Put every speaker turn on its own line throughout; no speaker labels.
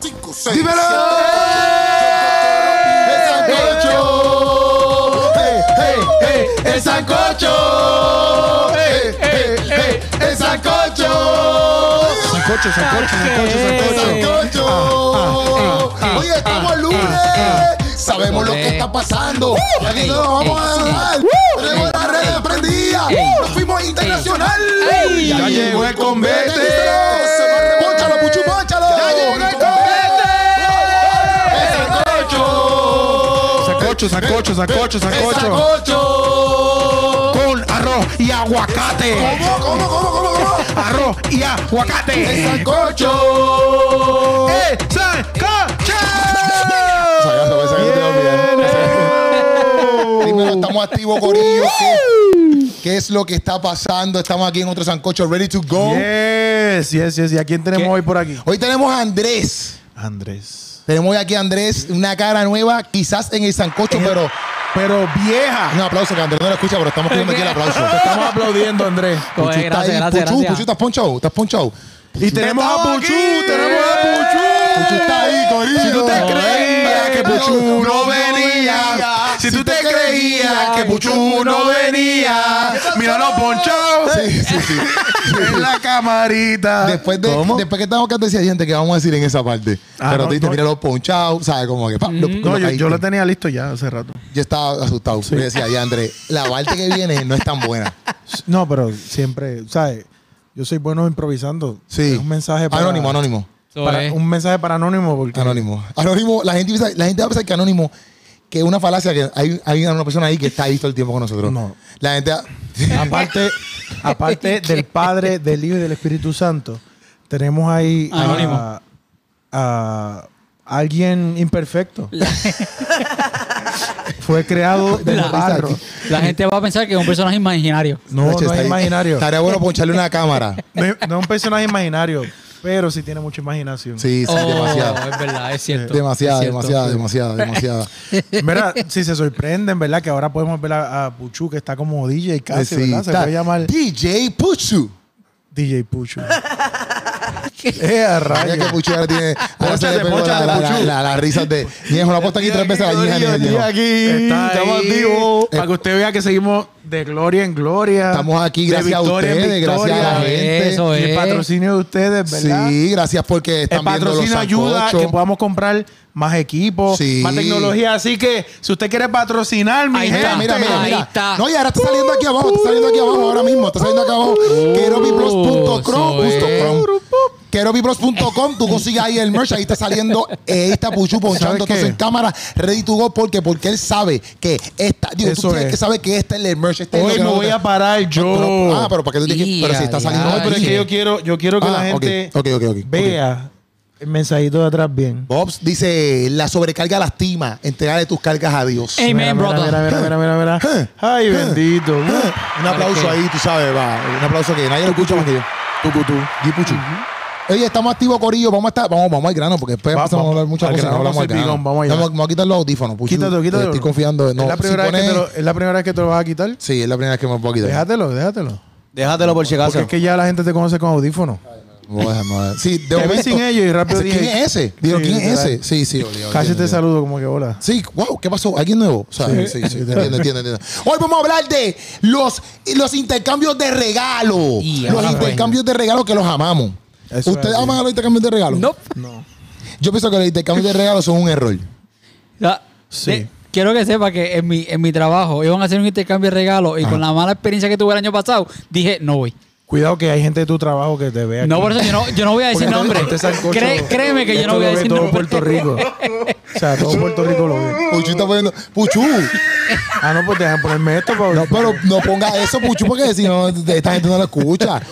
6. ¡Dímelo! ¡El sancocho! ¡Hey, hey, hey! ¡El sancocho! ¡Hey, hey, hey! ¡El sancocho!
Sancocho, sancocho, sancocho,
¡El
sancocho.
Ah, sancocho! Oye, estamos lunes. ah. Sabemos lo que está pasando. Y aquí no nos vamos a dejar. Tenemos las redes prendidas. Nos fuimos internacional. Ya llegó el convete. Pónchalo, puchu, pónchalo. Ya llegó el convete.
Sancocho, sancocho, sancocho,
El
sancocho.
sancocho.
Con arroz y aguacate.
¿Cómo, cómo, cómo, cómo, cómo?
Arroz y
El
aguacate.
sancocho.
¡El sancocho!
Sacando, pues, sacando, bien. Primero estamos activos, Corillo. ¿Qué, qué es lo que está pasando? Estamos aquí en otro sancocho, ready to go.
Yes, yes, yes. ¿Y a quién tenemos
¿Qué?
hoy por aquí?
Hoy tenemos a Andrés.
Andrés.
Tenemos hoy aquí a Andrés, una cara nueva, quizás en el sancocho, pero
Pero vieja.
un aplauso que Andrés no lo escucha, pero estamos pidiendo aquí el aplauso.
Estamos aplaudiendo, Andrés.
Coge,
Puchu, está
gracias,
ahí.
gracias,
Puchu,
gracias.
Puchu, estás ponchado, estás ponchado.
Y tenemos a
¡Estamos
Puchu,
aquí!
tenemos a Puchu.
Puchu está ahí, Corillo.
Si tú te creías que Puchu no venía, si tú te creías que Puchu no venía, míranos ponchado
Sí, sí, sí.
en la camarita.
Ah,
Después, de,
¿Cómo?
después que estamos cantando decía gente que vamos a decir en esa parte.
Ah,
pero
no,
te diste,
no.
mira los ponchados, ¿sabes? Como que. pa,
No,
lo- lo
yo, yo
caíste.
lo tenía listo ya hace rato.
Yo estaba asustado. Yo decía, ya, André, la parte que viene no es tan buena.
No, pero siempre, ¿sabes? Yo soy bueno improvisando.
Sí.
Es un mensaje para.
Anónimo, anónimo.
Eso
para-
es.
un mensaje para anónimo porque.
Anónimo. Anónimo, la gente, piensa- la gente va a pensar que anónimo, que es una falacia, que hay, hay una persona ahí que está ahí todo el tiempo con nosotros.
No.
La gente.
Aparte, aparte del Padre, del Hijo y del Espíritu Santo, tenemos ahí a-
Anónimo.
A, alguien imperfecto. Fue creado del
La-
barro.
La gente va a pensar que es un personaje imaginario.
No,
Nacho,
no
está
es
ahí.
imaginario.
Estaría bueno poncharle una cámara.
No es, no es un personaje imaginario, pero sí tiene mucha imaginación.
Sí, sí,
Oh,
demasiado.
Es verdad, es cierto.
Demasiada,
es cierto.
demasiada, demasiada, demasiada.
Mira, si se sorprenden, ¿verdad? Que ahora podemos ver a, a Puchu, que está como DJ casi,
Sí,
¿verdad? Se
está-
puede llamar
DJ Puchu.
DJ Puchu. ¡Eh, a
Vaya que
rayos!
Puchu ahora tiene. Ahora se
Pónchate,
le pegó la,
pónchate,
la, la,
Puchu.
la- las risas de. Ñejo, la puesto aquí tres veces la Ñeja, Ñeja, Ñejo.
Está
estamos
ahí.
activos.
Para que usted vea que seguimos de gloria en gloria.
Estamos aquí
de
gracias a
victoria en
ustedes, gracias
victoria.
a la gente.
Eso
Y el
es.
patrocinio de ustedes, ¿verdad?
Sí, gracias porque
El
están viendo los
patrocinio ayuda a que
sancochos.
podamos comprar más equipos,
Sí.
más tecnología. Así que, si usted quiere patrocinar, mi
Ahí
gente,
Mira, mira, mira,
Ahí
mira.
está.
No, y ahora está saliendo aquí abajo, está saliendo aquí abajo ahora mismo, está saliendo acá abajo.
Uh, eso es.
Querobiplus.com, tú consigues ahí el merch, ahí está saliendo, eh, ahí está Puchu ponchando
¿Sabes qué?
entonces en cámara, ready to go, porque, porque él sabe que esta, digo, tú
Eso
tienes
es.
que sabe que este es el merch, este es lo
hoy
que
me
no-
voy a parar yo.
Pero- Ah, pero para qué tú tienes que- pero si está
Ya,
saliendo
ya.
No, pero es
aquí.
que yo quiero, yo quiero que
Ah,
la
ok,
gente
ok, ok, ok, ok.
vea el mensajito de atrás bien.
Bobs dice, la sobrecarga lastima, entregarle tus cargas a Dios.
Amen,
Mira, mira,
brother.
Mira, mira, mira, mira, mira. Ay, bendito.
Un aplauso ahí, tú sabes, va. Un aplauso que nadie lo escucha más que yo. Tucutú. Gipuchu. Oye, estamos activos, Corillo. Vamos a estar, vamos, vamos al grano, porque después
Va-
empezamos a hablar muchas
al
cosas. y no
grano,
hablamos al
vamos al
grano.
pigón, vamos allá.
Vamos, vamos a quitar los audífonos, Puchu.
Quítatelo, quítatelo.
Te estoy confiando. No,
es, la
si
primera vez
pones-
que te lo, es la primera vez que te lo vas a quitar.
Sí, es la primera vez que me lo puedo quitar.
Déjatelo, déjatelo.
Déjatelo por si
Porque
acaso.
es que ya la gente te conoce con audífonos.
Voy a dejar, voy a dejar. Sí, de
Te vi
momento-
sin ellos y rápido
Ese- ¿Quién
dije-
es ese? Digo,
Sí,
¿quién es
literal.
ese? Sí, sí, olvidé,
Casi
olvidé,
te
olvidé.
saludo como que hola.
Sí, wow, ¿qué pasó? ¿Alguien nuevo? O sea, sí, sí, sí, entiendo, entiendo, entiendo. Hoy vamos a hablar de los, los intercambios de regalo.
Y
los
ahora,
intercambios de regalo que los amamos.
Eso es
¿Ustedes
así.
aman a los intercambios de regalo?
No.
Yo pienso que los intercambios de regalo son un error.
La-
Sí.
de- quiero que sepa que en mi, en mi trabajo iban a hacer un intercambio de regalos y con la mala experiencia que tuve el año pasado, dije, no voy.
Cuidado que hay gente de tu trabajo que te vea.
No,
aquí.
por eso yo no, yo no voy a decir
Porque
nombre.
este sancocho-
Cree- créeme que yo
esto
no voy
lo
a
ve
decir
todo
nombre.
Puerto Rico. O sea, todo Puerto Rico lo ve.
Puchu está poniendo. Puchu.
Ah, no, pues dejan ponerme esto, Pablo.
No, pero no ponga eso, Puchu, porque si no, esta gente no lo escucha.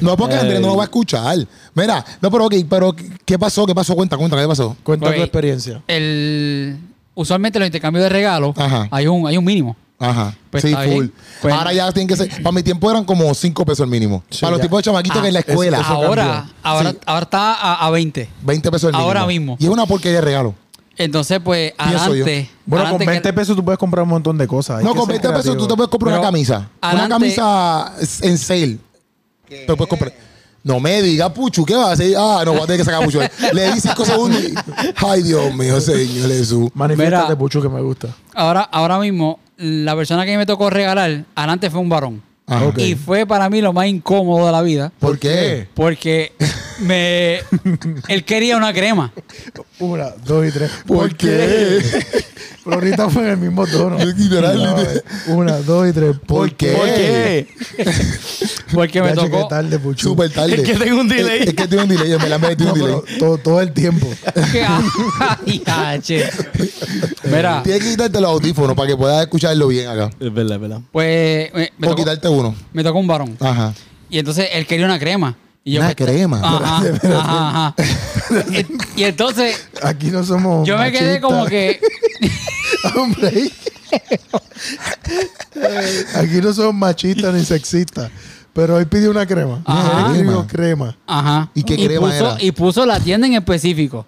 No, porque Andrés no lo va a escuchar. Mira, no, pero ok, pero ¿qué pasó? ¿Qué pasó? Cuenta, cuenta, ¿qué pasó?
Cuenta
Ok.
tu experiencia.
El, usualmente los intercambios de regalos
Ajá.
hay un, hay un mínimo.
Ajá.
Pues
sí,
está bien.
full.
Pues-
Ahora ya tienen que ser. Para mi tiempo eran como 5 pesos el mínimo. para los
ya.
tipos de chamaquitos
Ah,
que en la escuela.
ahora, ahora, ahora está a, a 20.
20 pesos el mínimo.
ahora mismo.
Y es una porquería de regalo.
Entonces, pues,
Pienso yo.
adelante.
Bueno, con
adelante
20
que-
pesos tú puedes comprar un montón de cosas. Hay
no,
que
con
ser
20 pesos tú
creativo.
te puedes comprar una
Pero
camisa.
adelante-
Una camisa en sale. Te puedes comprar. No me diga Puchu, ¿qué va a hacer? Ah, no, voy a tener que sacar a Puchu. Le di cinco segundos y. Ay, Dios mío, Señor Jesús.
Manifiéstate,
Mira.
Puchu, que me gusta.
Ahora, ahora mismo, la persona que me tocó regalar, adelante fue un varón.
Ah, ok.
Y fue para mí lo más incómodo de la vida.
¿Por qué?
Porque me él quería una crema.
Una, dos y tres.
¿Por qué?
Pero ahorita fue en el mismo tono.
Yo literal, literal.
Una, dos y tres.
¿Por qué?
¿Por qué?
Porque me
Ya, che,
tocó.
qué tarde, Puchu.
Súper tarde.
Es que tengo un delay.
Es, es que tengo un delay. Me la metí
No,
un delay.
pero todo, todo el tiempo.
que- Ay, ah, che. Mira,
Tienes que quitarte los audífonos para que puedas escucharlo bien acá.
Es verdad, es verdad.
pues me, me
O
tocó,
quitarte uno.
me tocó un varón.
Ajá.
Y entonces él quería una crema. Y yo
Una
pues,
crema.
Ajá, ajá, ajá. Y- y entonces
Aquí no somos.
yo me quedé
machistas.
como que
Hombre. Aquí no somos machistas ni sexistas. Pero él pidió una crema.
Ajá.
Él pidió crema.
Ajá.
¿Y qué crema
puso,
era?
Y puso la tienda en específico.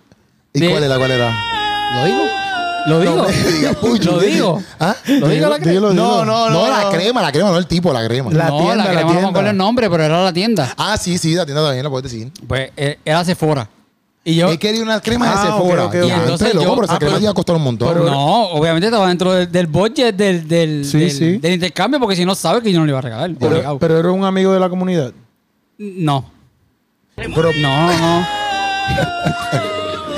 ¿Y
De-
cuál era? ¿Cuál era?
¿Lo digo? ¿Lo digo?
Puchu,
¿Lo
¿qué-
digo?
¿Ah?
¿Lo digo
Dilo,
la crema?
dilo,
No,
dilo.
no, no. No, la crema, la crema, no el tipo, la crema.
La
no,
tienda,
la
la
crema no me
tienda.
acuerdo el nombre, pero era la tienda.
Ah, sí, sí, la tienda también la puedes decir.
Pues eh, era Sephora. Y yo...
Él quería una crema
Ah,
de Sephora.
ok, ok, ok.
Y entonces
yo-
loco, pero esa
ah,
crema
pero-
iba a costar un montón.
no, obviamente estaba dentro del, del budget del, del,
Sí,
del,
sí.
del intercambio, porque si no sabe que yo no le iba a regalar.
Pero,
obligado.
pero era un amigo de la comunidad.
no. no, no.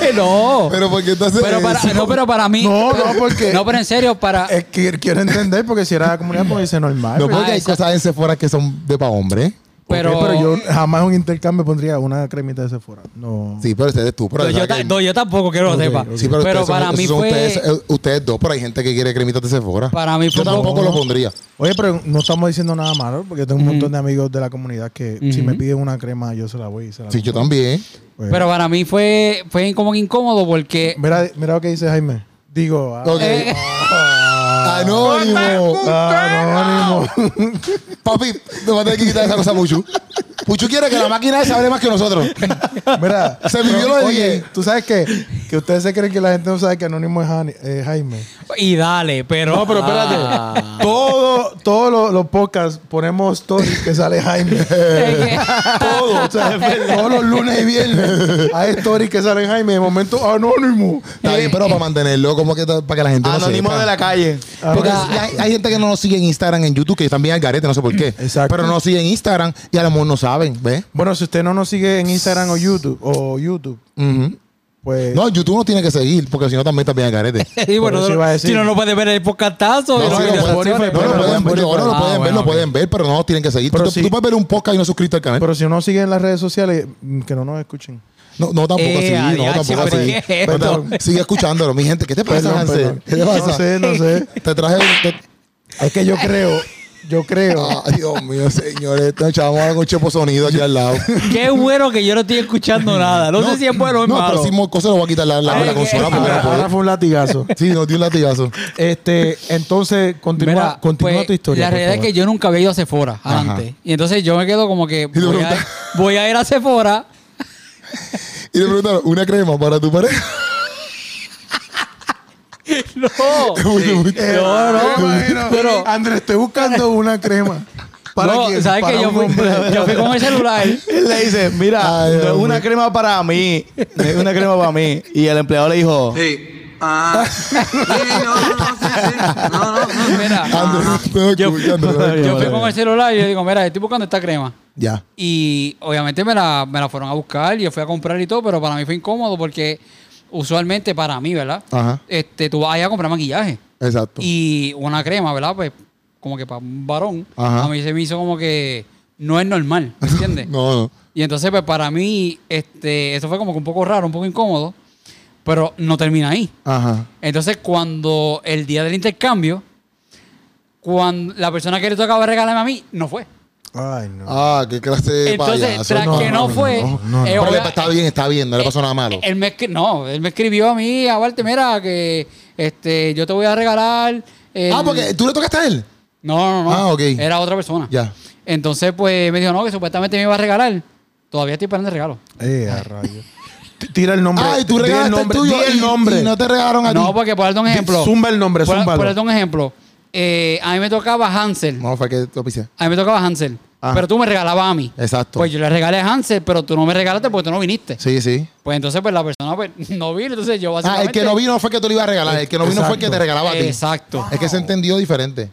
Eh, no.
Pero porque entonces.
Pero para, no, pero para mí.
No,
pero-
no, porque- Eh,
No, pero en serio, para.
Es que quiero entender porque si era de la comunidad, pues dice normal.
No,
pero,
porque
Ah,
hay
esa-
cosas en Sephora que son de pa' hombre.
pues, pero,
Ok, pero yo jamás en un intercambio pondría una cremita de Sephora. No.
Sí, pero ese eres tú. Pero
No,
esa
yo, ta-
que-
no, yo tampoco quiero
Ok,
lo sepa.
ok.
Sí, pero,
pero
ustedes son-
para mí
son
fue.
Ustedes, eh, ustedes dos, pero hay gente que quiere cremitas de Sephora.
Para mí
Yo
fue un
tampoco
poco-
lo pondría.
Oye, pero no estamos diciendo nada malo porque yo tengo un montón de amigos de la comunidad que si
Ujú.
me piden una crema, yo se la voy y se la
Sí,
doy.
yo también.
Pues,
Pero para mí fue, fue como que incómodo porque.
mira, mira lo que dice Jaime. Digo, ah,
Ok.
Eh.
Anónimo.
ah, anónimo.
Papi, te vas a tener que quitar esa cosa, Puchu. Puchu quiere que la máquina esa hable más que nosotros.
mira,
Se vivió
pero,
lo de
oye,
DJ.
tú sabes que, que ustedes se creen que la gente no sabe que anónimo es Jani- eh, Jaime.
Y dale, pero. Ah.
No, pero espérate. Todo, todos los, los podcasts ponemos stories que sale Jaime. todo, o sea, todos los lunes y viernes hay stories que salen Jaime. De momento, anónimo.
Está bien, pero para mantenerlo, como que ta- para que la gente
Anónimo
no sepa.
de la calle.
Porque
Anónimo.
hay, hay gente que no nos sigue en Instagram, en YouTube, que también al garete, no sé por qué.
Exacto.
Pero no nos sigue en Instagram y a lo mejor no saben, ¿ves?
Bueno, si usted no nos sigue en Instagram o YouTube, o YouTube
Ujú.
pues
No, YouTube no tiene que seguir, porque si no también está bien al garete.
Sí, bueno,
Pero sí iba a decir.
si no, no puedes ver el podcastazo.
No,
y
sí,
las
lo pueden-
videograbaciones.
no, lo
pero
pueden
bueno,
ver, no, no lo
ah,
pueden ver,
bueno,
lo
ok.
pueden ver, pero no nos tienen que seguir. Tú,
Pero
tú
sí.
puedes ver un podcast y no suscribirte al canal.
pero si no nos sigue en las redes sociales, mm, que no nos escuchen.
No, no tampoco
Eh,
así, no
adiós,
tampoco
pero
así.
¿qué es
No,
esto?
no, sigue escuchándolo, mi gente. ¿Qué te pasa,
Perdón,
Hansel?
perdón.
¿Qué te pasa?
No sé, no sé.
Te traje. te-
Es que yo creo, yo creo.
Ay, Dios mío, señores. Nos echamos algo chepo sonido aquí al lado.
Qué bueno que yo no estoy escuchando nada. No, sé si es bueno o es
No,
malo.
pero si mocoso lo voy a quitar la, la,
Ay,
la
qué-
consola porque
Ahora,
no puedo.
ahora fue un latigazo.
Sí, nos dio un latigazo.
Este, entonces, continúa,
Mira,
continúa
pues,
tu historia.
La
por
realidad es
favor.
que yo nunca había ido a Sephora
Ajá.
antes. Y entonces yo me quedo como que
le
voy a,
pregunta-
voy a ir a Sephora.
Y le preguntaron, ¿una crema para tu pareja?
No.
No, no,
Yo me
imagino.
Pero-
Andrés, estoy buscando una crema. ¿Para
no,
quién?
¿sabes
Para
que yo
un
fui,
hombre.
yo fui con el celular?
Él le dice, mira,
Ay,
no es
Dios
una crema para mí, no es una crema para mí. Y el empleado le dijo,
Sí. Ah. Sí, no, no, no, sí, sí. No, no, no.
Mira,
Andrés, no,
yo-
escucha, Andrés, no,
yo
escucha.
fui con el celular y yo digo, mira, estoy buscando esta crema.
Ya.
Y obviamente me la, me la fueron a buscar, yo fui a comprar y todo, pero para mí fue incómodo porque usualmente para mí, ¿verdad?
Ajá.
Este, tú vas allá a comprar maquillaje
Exacto.
y una crema, ¿verdad? Pues como que para un varón,
Ajá.
a mí se me hizo como que no es normal, ¿me ¿entiendes?
No, no.
Y entonces, pues para mí, este, eso fue como que un poco raro, un poco incómodo, pero no termina ahí.
Ajá.
Entonces, cuando el día del intercambio, cuando la persona que le tocaba regalarme a mí no fue.
Ay, no.
Ah, qué clase de
Entonces,
payaso.
tras que no fue,
no, no.
eh,
Pero le-
obvia-
está bien, está bien, no
Eh,
le pasó nada malo.
él me escri- no, él me escribió a mí, a Walter, mira, que este, yo te voy a regalar. el-
Ah, porque tú le tocaste a él.
No, no, no.
Ah, ok.
Era otra persona.
Ya.
Entonces, pues me dijo, no, que supuestamente me iba a regalar. Todavía estoy esperando el regalo.
Eh, a rayos. T- Tira el nombre.
Ah, y tú
Di
regalaste el,
el nombre.
tuyo
di el
y-
nombre.
y no te regalaron a ti.
pues-
No, porque por darte un
Di-
ejemplo.
zumba el nombre,
por,
zúmbalo.
por darte un ejemplo. eh, a mí me tocaba Hansel.
No, fue que lo pisé.
A mí me tocaba Hansel.
Ajá.
pero tú me regalabas a mí.
Exacto.
Pues yo le regalé a Hansel, pero tú no me regalaste porque tú no viniste.
Sí, sí.
Pues entonces, pues la persona pues, no vino, entonces yo
Ah,
básicamente...
el que no vino ah, fue el que tú le ibas a regalar. El que no vino fue el que te regalaba a ti.
Exacto.
Es que se entendió diferente.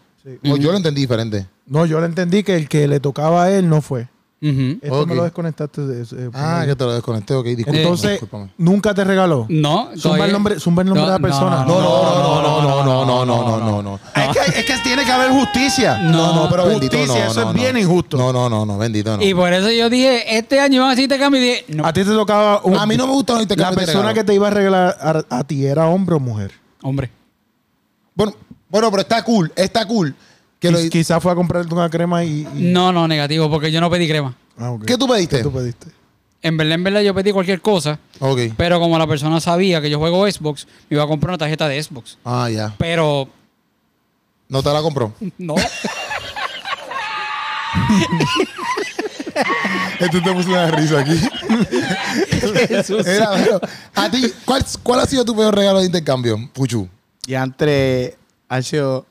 O yo lo entendí diferente.
No, yo le entendí que el que le tocaba a él no fue.
Ujú.
Esto
Ok.
me lo desconectaste. de- de-
Ah,
Mm.
de-
yo te lo desconecté, ok. Discúlpame.
Entonces,
discúlpame.
nunca te regaló.
No.
Zumba el nombre, zumba el nombre de la persona.
No, no, no, no, no, no, no, no, no, no.
Es, que, es que tiene que haber justicia.
No, no, pero bendito no.
Justicia, eso
no,
es
no.
bien injusto.
No, no, no, no, bendito no. Ah.
Y por eso yo dije, este año iban a hacer intercambio y dije, no,
A ti te tocaba. un-
A mí no me gusta los
La
intercambios de
persona que
regalos.
te iba a regalar a, a ti era hombre o mujer.
hombre.
Bueno, bueno, pero está cool, está cool. Que lo-
Quiz- Quizás fue a comprarte una crema y. y-
No, no, negativo, porque yo no pedí crema.
Ah, ok.
¿Qué tú pediste?
tú pediste?
En verdad, en verdad, yo pedí cualquier cosa,
Ok.
pero como la persona sabía que yo juego Xbox, me iba a comprar una tarjeta de Xbox.
Ah, ya.
Pero
No te la compró.
no.
Esto te puso una risa aquí. Era, pero, a ti, ¿cuál, ¿cuál ha sido tu peor regalo de intercambio, Puchu?
Y entre, ha sido-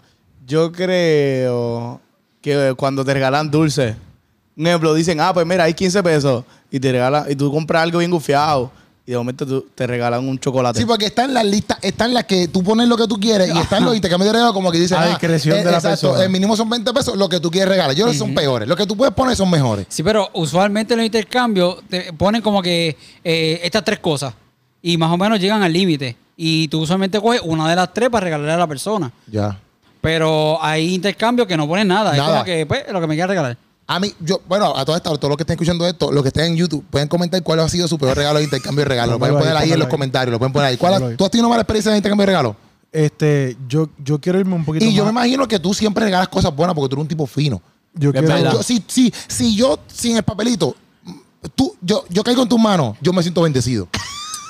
yo creo que cuando te regalan dulces, un ejemplo, dicen, ah, pues mira, hay 15 pesos, y te regalan, y tú compras algo bien gufiado, y de momento tú- te regalan un chocolate.
Sí, porque están las listas, están las que tú pones lo que tú quieres y están los intercambios de regalos como que dicen. "Ah, eh,
A discreción de la persona.
El mínimo son 20 pesos, lo que tú quieres regalar. Yo creo que son peores. Lo que tú puedes poner son mejores.
Sí, pero usualmente en los intercambios te ponen como que eh, estas tres cosas y más o menos llegan al límite. Y tú usualmente coges una de las tres para regalarle a la persona.
Ya.
Pero hay intercambios que no ponen nada. Es
Nada.
como que, pues, lo que me quieras regalar.
A mí, yo, bueno, a todas estas, todos los que estén escuchando esto, los que estén en YouTube, pueden comentar cuál ha sido su peor regalo de intercambio de regalo. Lo pueden
Póngalo ahí,
poner ahí en
póngalo
los
ahí.
comentarios, lo pueden poner ahí. ¿Cuál
Póngalo
ha-
ahí.
¿Tú has tenido mala experiencia de intercambio de regalo?
Este, yo, yo quiero irme un poquito
Y yo me
más.
imagino que tú siempre regalas cosas buenas porque tú eres un tipo fino.
yo
Es
quiero,
verdad.
Yo- si, si, si yo, sin el papelito, tú, yo, yo caigo en tus manos, yo me siento bendecido.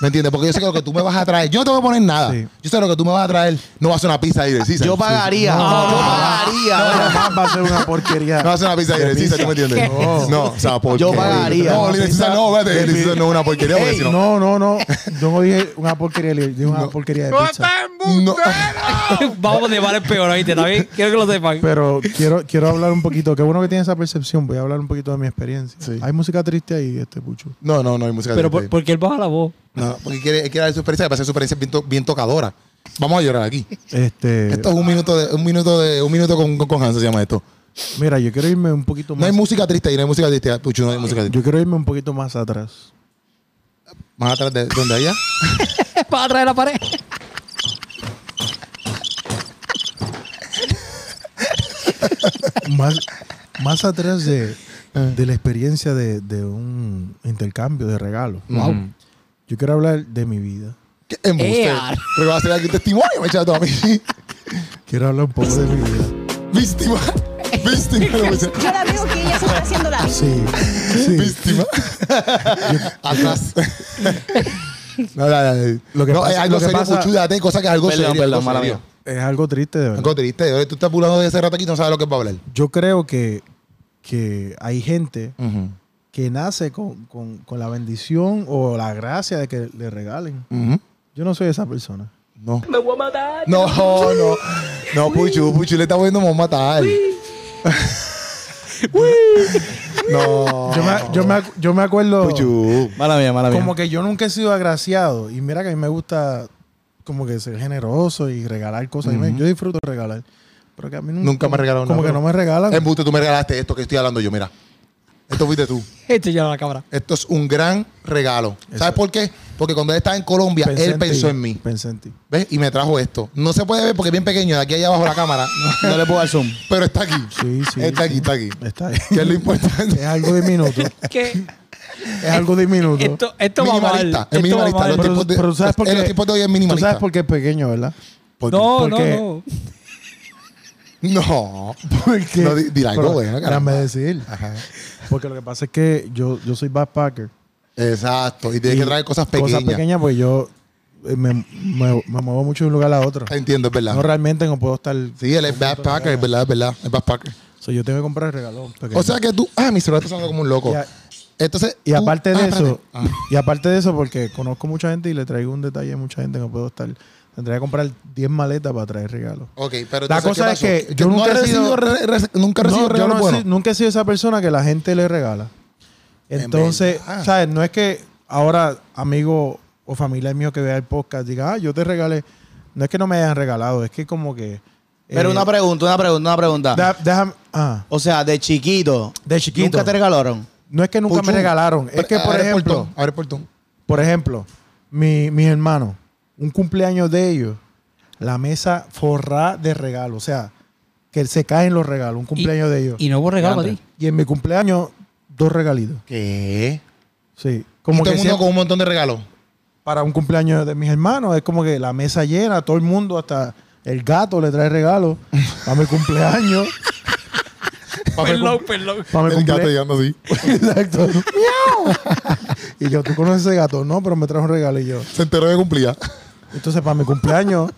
¿Me entiendes? Porque yo sé que lo que tú me vas a traer, yo no te voy a poner nada.
Sí.
Yo sé lo que tú me vas a traer, no va a ser una pizza ahí de César.
yo pagaría, yo pagaría.
No, jamás va a ser una porquería.
No va a ser una pizza ahí de César, ¿tú me entiendes? No, o sea, porquería.
Yo pagaría.
No, el de César no, espérate, el de César no es una porquería. porque
Ey,
si no-
no, no, no. Yo no dije una porquería, de libro, dije una porquería de pizza.
no.
Vamos de mal en peor, ¿oíste? ¿Está bien? Quiero que lo sepan.
Pero quiero, quiero hablar un poquito. Qué bueno que tiene esa percepción. Voy a hablar un poquito de mi experiencia.
Sí.
Hay música triste ahí, este pucho.
No, no, no hay música triste
Pero por,
ahí.
porque él baja la voz.
No, porque quiere, él quiere dar su experiencia, para hacer su experiencia bien, to- bien tocadora. Vamos a llorar aquí.
Este,
Esto es un minuto de, un minuto de, un minuto con, con, con Hans se llama esto.
mira, yo quiero irme un poquito
No hay
más.
música triste ahí, no hay música triste. Pucho, no hay música triste.
yo quiero irme un poquito más atrás.
Más atrás de donde allá.
Para atrás de la pared.
más, más atrás de,
Eh.
de la experiencia de, de un intercambio de regalos.
Wow.
Yo quiero hablar de mi vida.
¿Qué embuste?
Ea.
Pero va a ser aquí un testimonio, me echaba todo a mí.
Quiero hablar un poco de mi vida.
Víctima. Víctima. lo puse.
Yo la veo que ella se está haciendo la víctima.
Sí, sí.
Víctima. Atrás. No, no, no.
Lo que
no,
pasa-
es algo
lo que
serio,
pasa-
Puchu, date cosas que es algo
Perdón,
serio.
perdón,
algo
mala
serio.
mía.
Es algo triste, de verdad.
Algo triste. oye, Tú estás burlando de ese rato aquí, no sabes lo que es para hablar.
Yo creo que, que hay gente que nace con, con- con la bendición o la gracia de que le regalen.
Ujú.
Yo no soy esa persona.
No. Me voy a matar. No, no. No, Puchu, Puchu le está poniendo me voy a matar. No.
Yo me, yo me, ac- yo me acuerdo
Pues Puchu.
Mala mía, mala mía.
como que yo nunca he sido agraciado. Y mira que a mí me gusta como que ser generoso y regalar cosas. Y me- yo disfruto regalar. Pero que a mí nunca,
Nunca me regalaron
Como
nada,
que
pero-
no me regalan.
Embuste, tú me regalaste esto que estoy hablando yo, mira. Esto fuiste tú.
Este ya la cámara.
Esto es un gran regalo. ¿Sabes por qué? Porque cuando él estaba en Colombia, él
ti,
pensó en mí.
Pensé en ti.
¿Ves? Y me trajo esto. No se puede ver porque es bien pequeño, de aquí allá abajo la cámara.
no le puedo dar zoom.
Pero está aquí.
Sí, sí,
Está
sí.
aquí, está aquí.
Está ahí.
Que es lo importante.
es algo diminuto.
Que
Es algo diminuto.
esto, esto va mal.
Minimalista, es
Esto va
minimalista,
mal.
los
pero,
tipos de-
pero tú ¿sabes por
el
qué?
tipo de hoy es
Tú
minimalista.
sabes por qué es pequeño, ¿verdad?
Porque-
No, no,
porque-
no.
No.
Porque...
No, di- dile algo
Pero,
bueno, caramba.
Déjame decir.
Ajá.
Porque lo que pasa es que yo, yo soy backpacker.
Exacto. Y tienes
Y
que traer cosas pequeñas.
Cosas pequeñas porque yo eh, me, me- me muevo mucho de un lugar a otro.
Entiendo, es verdad.
No realmente no puedo estar...
sí, él es backpacker, es verdad, es verdad. Es backpacker.
So, yo tengo que comprar regalos
O sea que tú. Ah, mi celular está sonando como un loco.
Y a-
Entonces.
y
tú-
aparte
ah,
de
espérate.
eso,
Ah.
y aparte de eso, porque conozco mucha gente y le traigo un detalle a mucha gente, no puedo estar Tendría que comprar 10 maletas para traer regalos.
Ok, pero
La
entonces,
cosa
¿qué
es
pasó?
que yo nunca
no
he sido-
re- re- nunca he
No,
recibido
yo
regalos
no he
buenos.
sido- nunca he sido esa persona que la gente le regala. Entonces,
verdad.
¿sabes? No es que ahora amigo o familia mío que vea el podcast diga, ah, yo te regalé. No es que no me hayan regalado, es que como que.
Pero
eh,
una pregunta, una pregunta, una pregunta.
da- déjame. ah,
o sea, de chiquito.
De chiquito.
Nunca te regalaron.
no es que nunca
Puchú.
me regalaron, es
Pero,
que, por
abre el
ejemplo,
portón, Abre el portón.
por ejemplo, mi- mis hermanos, un cumpleaños de ellos, la mesa forrada de regalos, o sea, que se caen los regalos, un cumpleaños de ellos.
Y no hubo regalo para ti.
Y en mi cumpleaños, dos regalitos.
¿Qué?
Sí.
Como
Como
todo
que
el mundo
siempre-
con un montón de regalos.
para un cumpleaños de mis hermanos, es como que la mesa llena, todo el mundo, hasta el gato le trae regalos para mi cumpleaños.
Para ver cómo-
Para mi
el gato
cumpleaños.
llegando así.
Exacto. ¡Miau! y yo, ¿tú conoces ese gato? No, pero me trajo un regalo y yo.
Se enteró de cumplía.
Entonces, para mi cumpleaños,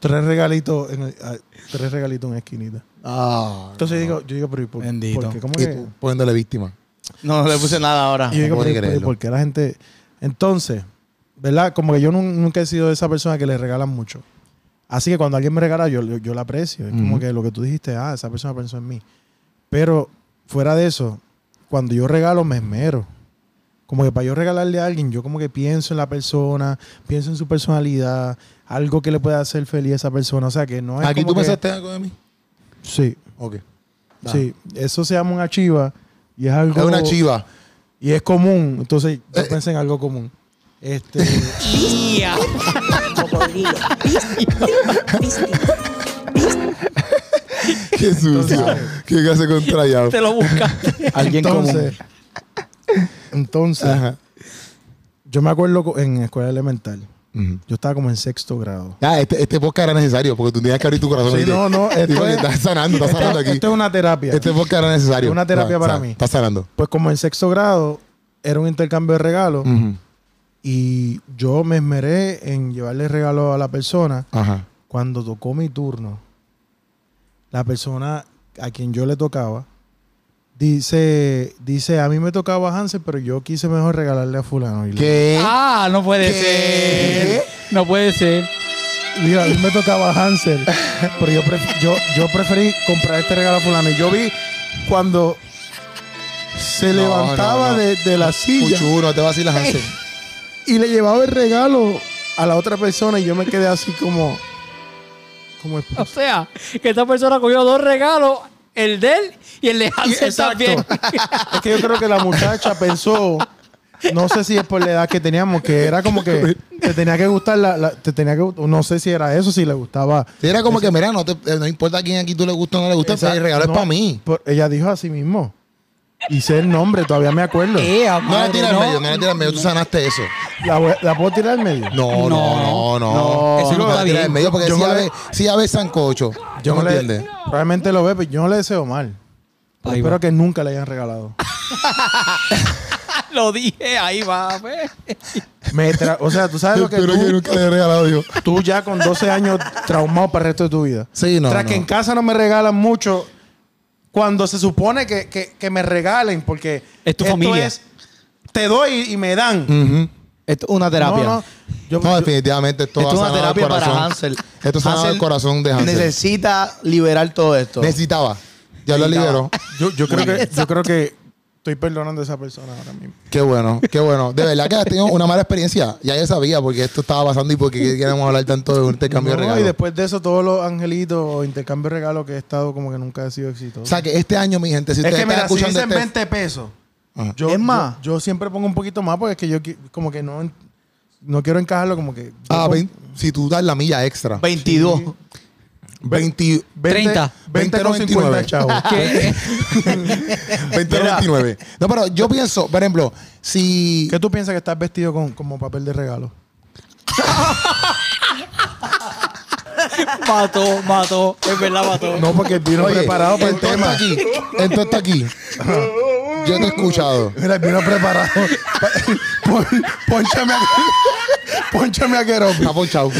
tres regalitos en, ah, tres regalitos en esquinita.
Ah.
Entonces digo, yo digo, pero ¿y por,
Bendito.
por qué? ¿Cómo
Y
que?
tú poniéndole víctima.
No, no le puse nada ahora.
Y yo digo,
puedo ni
pero, pero,
Ah, creerlo.
¿por qué la gente? Entonces, ¿verdad? Como que yo nun- nunca he sido esa persona que le regalan mucho. Así que cuando alguien me regala, yo, yo, yo la aprecio. Es como que lo que tú dijiste, ah, esa persona pensó en mí. Pero fuera de eso, cuando yo regalo, me esmero. Como que para yo regalarle a alguien, yo como que pienso en la persona, pienso en su personalidad, algo que le pueda hacer feliz a esa persona. O sea que no es.
Aquí tú
como que-
pensaste algo de mí.
Sí,
Ok.
sí. Eso se llama una chiva y es algo.
Es una chiva.
Y es común. Entonces, yo pensé en algo común. Este,
Cocodrilo. Pisti.
Qué sucio. ¿Qué hace con tryout?
Te lo buscaste.
Alguien
entonces, entonces
Ajá.
yo me acuerdo co- en escuela elemental.
Ujú.
Yo estaba como en sexto grado.
Ah, este, este podcast era necesario porque tú tenías que abrir tu corazón.
Sí,
¿viste?
no, no, esto
Digo,
es-
estás sanando, estás sanando aquí.
Esto es una terapia.
Este podcast era necesario.
Una terapia para mí.
Estás sanando.
pues como en sexto grado era un intercambio de regalos
Ujú.
y yo me esmeré en llevarle regalo a la persona.
Ajá.
Cuando tocó mi turno, la persona a quien yo le tocaba dice, dice, a mí me tocaba Hansel, pero yo quise mejor regalarle a fulano. Y le-
¿Qué?
Ah, no puede
¿Qué?
ser. No puede ser.
Digo, a mí me tocaba Hansel, pero yo, pref- yo, yo preferí comprar este regalo a fulano. Y yo vi cuando se
No,
levantaba
no, no.
De, de la silla
Puchu, no te vas a ir la Hansel.
y le llevaba el regalo a la otra persona y yo me quedé así como... como es
O sea, que esta persona cogió dos regalos, el de él y el de Hansel también.
Es que yo creo que la muchacha pensó, no sé si es por la edad que teníamos, que era como que te tenía que gustar la, la- te tenía que gust- no sé si era eso, si le gustaba.
Sí, Era como que, mira, no, te, eh, no importa a quién aquí tú le gusta o no le gusta, pero el regalo
No,
es para mí.
por- ella dijo a sí mismo. Y sé el nombre, todavía me acuerdo.
Ea,
No la
madre,
tiras al medio, no la tiras al medio, tú sanaste eso.
La, voy- la puedo tirar al medio.
No, no, no, no.
No. Eso no
la
está
tiras al
bien.
medio porque
Yo
si
no
ave,
le-
si ave sancocho. Yo no
le-
entiendes.
Probablemente lo ve, pero yo no le deseo mal. Pero
Ahí
espero
va.
que nunca le hayan regalado.
Lo dije, ahí va. pues.
Me tra- o sea, tú sabes lo que
Espero que
tú,
nunca le he regalado yo.
tú ya con 12 años traumado para el resto de tu vida.
Sí, no,
Tras
no.
que en casa no me regalan mucho, cuando se supone que, que- que me regalen, porque
Es tu
esto
familia.
es, te doy y me dan.
Ujú.
Esto es una terapia.
No, no, yo-
No,
yo-
definitivamente esto,
Esto es
ha
una
sanado el
terapia
corazón.
para Hansel.
Esto ha sanado el corazón de Hansel.
Necesita liberar todo esto.
Necesitaba. Ya lo
Necesitaba.
liberó.
yo, yo creo que, yo creo que estoy perdonando a esa persona ahora mismo.
Qué bueno, qué bueno. De verdad que has tenido una mala experiencia. Ya yo sabía porque esto estaba pasando y porque queríamos hablar tanto de un intercambio
No,
de regalos.
Y después de eso, todos los angelitos o intercambio de regalos que he estado como que nunca he sido exitoso.
O sea que este año, mi gente, si
es
ustedes
que
están
mira, si
escuchando
dicen
este-
20 pesos,
Ajá.
yo,
Es más.
yo, yo siempre pongo un poquito más porque es que yo qui- como que no, no quiero encajarlo como que...
Ah, vein- si tú das la milla extra.
22.
20,
30.
20 con 50
29.
chavos.
¿Qué?
20 o 29. No, pero yo pienso, por ejemplo, si.
¿Qué tú piensas que estás vestido con, como papel de regalo?
Mató, mató. Es verdad, mató.
No, porque vino
Oye,
preparado para el
entonces
tema.
Aquí, entonces está aquí. Yo te he escuchado.
Mira, vino preparado. Pon- Pónchame a, pónchame a Keropi.
Está ponchado.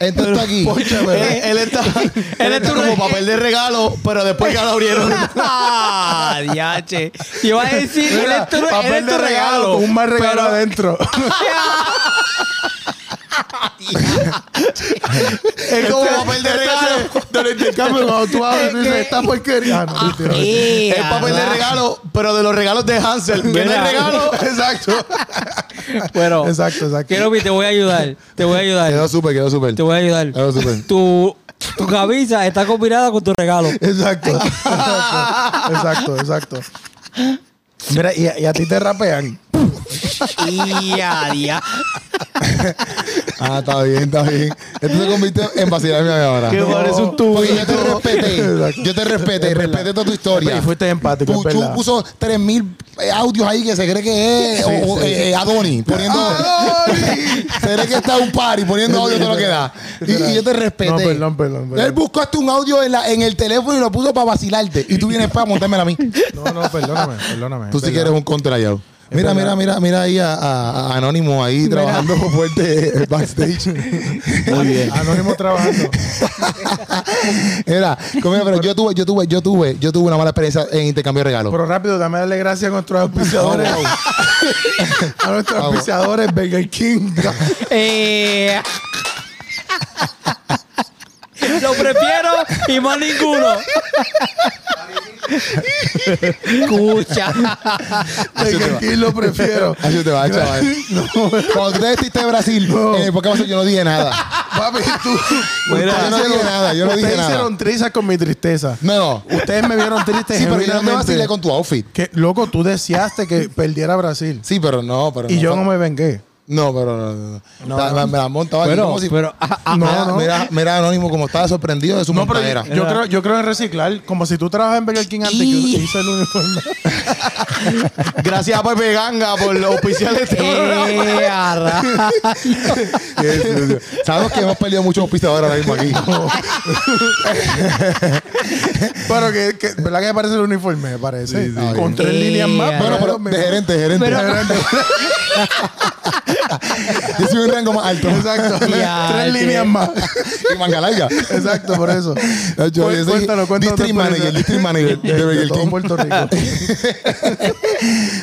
Entonces está aquí.
Él, él está, él está como papel de regalo, pero después ya lo abrieron.
Ah, diache. Yo iba a decir, él
Mira,
es tu, él es
papel
tu
de regalo.
regalo.
con un mal regalo
pero-
adentro.
Es como papel de regalo.
Del intercambio, cuando tú abres, tú dices, esta porquería. Ah, no, mentira.
Es papel de regalo, pero de los regalos de Hansel. Que no
Mira.
es regalo. Exacto.
Bueno,
Exacto, exacto.
Keropi, te voy a ayudar. Te voy a
Quedó
ayudar.
súper, quedó súper.
Te voy a ayudar.
Quedó Ah, súper.
Tu, tu camisa está combinada con tu regalo.
Exacto. Exacto, exacto. exacto. Mira, y a, y a ti te rapean.
Ya, ya.
Ah, está bien, está bien. Esto se convirtió en vacilarme a mí ahora.
Qué bueno, es un tubo.
Porque yo te respeté.
Exacto.
Yo te respeté. Respeté toda tu historia.
Y fuiste empático, es
Puchu
verdad.
puso 3.000 audios ahí que se cree que es o- o, eh, eh, Adonis. Poniendo, se cree que está un party poniendo audio todo lo que da. Y, y yo te respeté.
No, perdón, perdón, perdón.
Él buscó hasta un audio en, la- en el teléfono y lo puso para vacilarte. Y tú vienes para montármela a mí.
No, no, perdóname, perdóname.
Tú sí que eres un contra yo.
Es
Mira, mira,
verdad.
mira, mira ahí a, a- a Anónimo ahí trabajando fuerte eh, backstage.
Muy bien.
Ah,
Anónimo trabajando.
Mira, conmigo, pero yo tuve, yo tuve, yo tuve, yo tuve una mala experiencia en intercambio de regalos.
Pero rápido, dame darle gracias a nuestros auspiciadores. a nuestros auspiciadores, Burger King.
Eh, Lo prefiero y más ninguno. Escucha.
Burger King lo prefiero.
Así te va, chaval. Cuando tú te vestiste de Brasil, en el podcast yo no dije nada.
Papi, tú.
yo no dije nada, yo no dije
Ustedes
nada.
hicieron trizas con mi tristeza.
No, no.
Ustedes me vieron triste.
Sí, pero yo no me
genuinamente.
vacilé con tu outfit.
Que, loco, tú deseaste que perdiera Brasil.
Sí, pero no, pero
Y yo no
fue-
me vengué.
No, pero no, no, no. Ta- Me, me la montaba aquí
Pero-
como si...
pero- ah, ah,
mira,
no, no.
Mira, mira Anónimo como estaba sorprendido de su
No, pero
montadera.
yo, yo creo, yo creo en reciclar. Como si tú trabajas en Burger King antes
Y-
que hice el uniforme.
Gracias a Pepe Ganga por pues los oficiales.
Eh, a ra-
Sí, sí, sí. Sabemos que hemos perdido muchos auspiciadores ahora mismo aquí.
pero que, que- ¿verdad que me parece el uniforme? Me parece. Ah,
sí.
Con tres
Eh,
líneas más.
Bueno, pero de gerente, de gerente.
Pero-
De gerente. Yo soy un rango más alto. Exacto.
Ya,
tres
che.
líneas más.
Y manga larga.
Exacto, por eso.
Yo, yo soy
Cuéntalo, cuéntalo tu
District
experiencia.
manager, district manager de
De
Burger
todo
King.
Puerto Rico.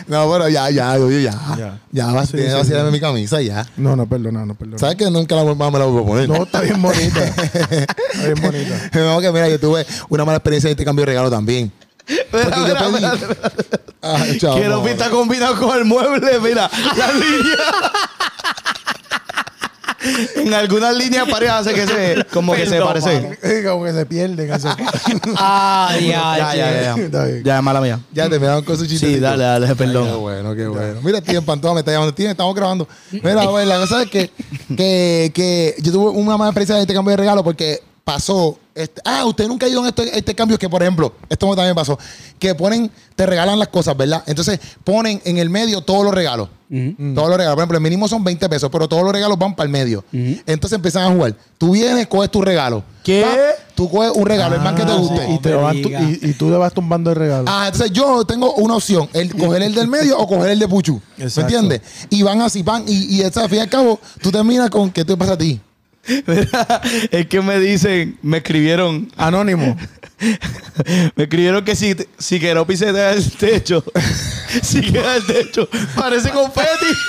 No, pero ya, ya, oye, ya.
Ya.
Ya, vas,
Sí,
tienes
sí,
que vacilarme mi camisa, ya.
No, no, perdona, no, perdona.
¿Sabes que nunca la vuelvo- más me la vuelvo a poner?
No, está bien bonita. Está bien bonita.
No, que mira, yo tuve una mala experiencia en este cambio de regalo también. Porque yo pedí- Ah, chao,
Quiero
amor.
pinta combinado con el mueble, mira, las líneas. en algunas líneas parece que se, como que se
Perdón,
parecen.
Como que se pierden. que se-
Ay,
Ya,
ay, ay.
ya,
Está
ya.
bien.
Ya, mala mía.
Ya terminaron con su chiste.
Sí, dale, dale, perdón.
Ay, Qué bueno, qué bueno. Mira, tío, en Pantoja me está llamando. Tío, estamos grabando. Mira, güey, la cosa es que, que, que yo tuve una mala experiencia en este cambio de regalo porque pasó. este- ah, usted nunca ha ido en este, este cambio que, por ejemplo, esto también pasó. Que ponen, te regalan las cosas, ¿verdad? Entonces ponen en el medio todos los regalos. Todos los regalos. Por ejemplo, el mínimo son 20 pesos, pero todos los regalos van para el medio. Entonces empiezan a jugar. Tú vienes, coges tu regalo.
¿Qué?
Pa, Tú coges un regalo, el más que te
Ah,
guste.
sí, Y, te
No me
van tu-
diga.
y, y tú le vas tumbando el regalo.
Ah, entonces yo tengo una opción, el coger el del medio o coger el de Puchu. ¿Me
Exacto.
entiendes? Y van así, van, y, y esta, al fin y al cabo, tú terminas con ¿qué te pasa a ti?
Mira, es que me dicen, me escribieron,
Anónimo.
me escribieron que si, si Keropi se da el techo, si queda el techo, parece confeti.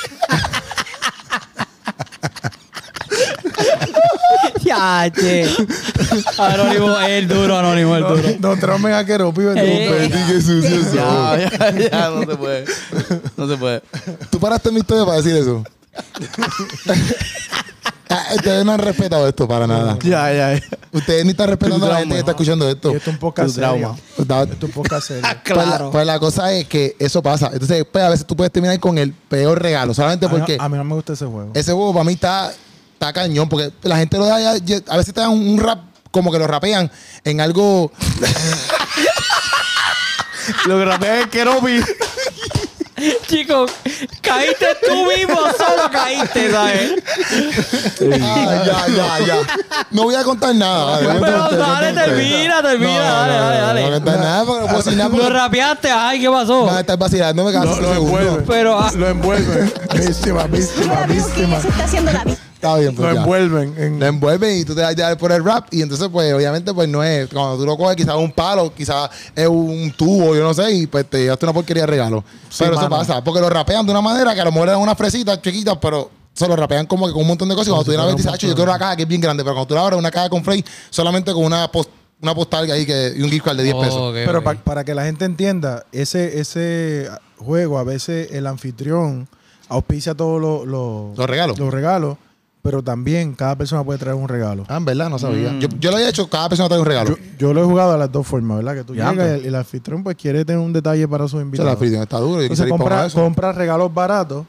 Ya, che. Anónimo, el duro, anónimo, el
No,
duro.
no tromen a Keropi. vete tú.
Eh.
Perdí, qué sucio soy.
Ya, ya, ya, no se puede. No se puede.
Tú paraste mi historia para decir eso. Ah, Ustedes no han respetado esto para nada.
Ya, ya, ya.
Ustedes ni están respetando a la
trauma.
gente que está escuchando esto.
Y esto es un poco
Tu
serio.
trauma.
Está-
Esto es un poco serio.
Pues la, pues la cosa es que eso pasa. Entonces, pues, a veces tú puedes terminar con el peor regalo, solamente
A mí Ah, no-
porque...
A, mí, no me gusta ese juego.
Ese juego para mí está, está cañón, porque la gente lo da ya- ya- a veces te dan un, un rap, como que lo rapean en algo.
Lo grabé en Keropi.
Chicos, caíste tú mismo, solo caíste, ¿sabes?
Ah, ya, ya, ya. No voy a contar nada. vale,
Pero
cuenten ustedes,
dale,
cuenten ustedes.
termina, termina, dale, dale, dale.
No voy a contar nada, porque no puedo decir nada,
Lo
porque
rapeaste, ay, ¿qué pasó?
van a estar vacilándome cada
Lo,
cinco
lo
segundos.
envuelve.
Pero, ah.
Lo envuelven. víctima, víctima,
Ahora veo que
víctima.
ella se está haciendo la víctima.
Está bien, pues
Lo
ya.
envuelven. en-
Lo envuelven y tú te das ya por el rap y entonces pues obviamente pues no es cuando tú lo coges quizás un palo quizás es un tubo yo no sé y pues te llevaste una porquería de regalo pero eso
mano.
pasa porque lo rapean de una manera que a lo mejor eran unas fresitas chiquitas pero se lo rapean como que con un montón de cosas. Y cuando tú vienes a ver, dices, "Acho, yo quiero una caja que es bien grande, pero cuando tú la abres, una caja con Frey, solamente con una, post, una postal ahí que, y un gift card de 10 pesos.
Pero pa- para que la gente entienda, ese, ese juego, a veces el anfitrión auspicia todos los, los,
Los regalos.
los regalos, pero también cada persona puede traer un regalo.
Ah, en verdad, no sabía. Yo, yo lo había hecho, cada persona trae un regalo.
Yo, yo lo he jugado a las dos formas, ¿verdad? Que tú
Ya,
llegas y
pero-
el, el anfitrión pues quiere tener un detalle para
O
sus
sea, la
invitados.
afiliación está duro. Y
Entonces
dice,
compra, compra regalos baratos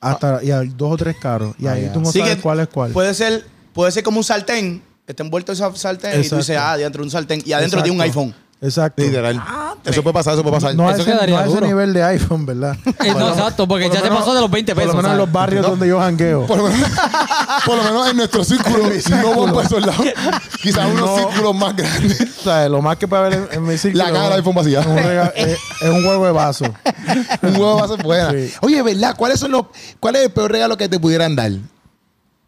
hasta y hay dos o tres caros. Y ahí tú no
Sí
sabes
que
cuál es cuál.
Puede ser, puede ser como un sartén. Está envuelto ese sartén y tú
Exacto.
dices, ah, adentro un sartén. Y adentro
Exacto.
tiene un iPhone.
Exacto.
Literal. eso puede pasar, eso puede pasar.
No, a
Eso
ese,
quedaría
no a ese
duro.
nivel de iPhone, ¿verdad?
Eh, no, exacto, porque
por
ya
lo
te
menos-
pasó de los 20
Por
pesos.
lo menos en
¿sabes?
los barrios donde yo jangueo.
Por lo, menos, por lo menos en nuestro círculo, no vamos por esos lados. Quizás unos
No.
círculos más grandes.
O sea, lo más que puede haber en, en mi círculo
La caja del iPhone vacía.
Es un, rega- es- es un juego de vaso.
Un huevo va a ser buena.
Sí.
Oye, ¿verdad? ¿Cuáles son los, ¿Cuál es el peor regalo que te pudieran dar?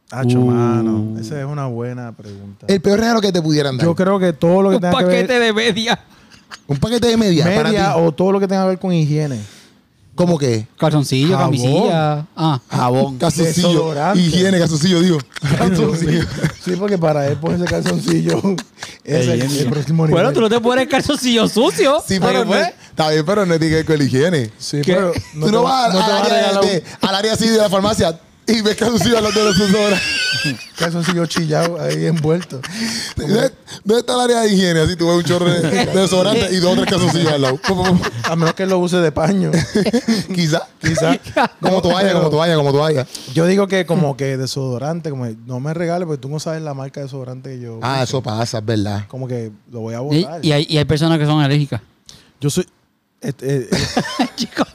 Hacho, mano. Esa es una buena pregunta.
El peor regalo que te pudieran dar.
Eh, Yo creo que todo lo que
Un
tenga que
paquete
ver
de media.
un paquete de media, para ti.
media o todo lo que tenga que ver con higiene.
¿Cómo que?
Calzoncillo,
Jabón.
camisilla. Ah.
Jabón. Casucillo.
Desodorante.
Higiene, casucillo, digo.
Sí, porque para él ponerse calzoncillo es el, el próximo nivel.
Bueno, tú no te pones calzoncillo sucio.
Sí, pero no, está bien, pero no tiene que ver con la higiene.
Sí, pero
Tú no
te-
vas este
no
al
te vas a
área
regalar
de-
un
al área así de la farmacia y ves casucillo a los de los
calzoncillo chillado ahí envuelto.
¿Dónde dónde está el área de higiene? Así tú ves un chorro de de desodorante y dos o tres calzoncillos al lado. Pum, pum, pum.
A menos que lo use de paño.
Quizá.
Quizás.
Como toalla, como toalla, como toalla.
Yo digo que como que desodorante, como que no me regales porque tú no sabes la marca de desodorante que yo.
Ah, eso pasa, es verdad.
Como que lo voy a
Y,
botar.
y hay, y hay personas que son alérgicas.
Yo soy. este, eh, eh,
Chicos.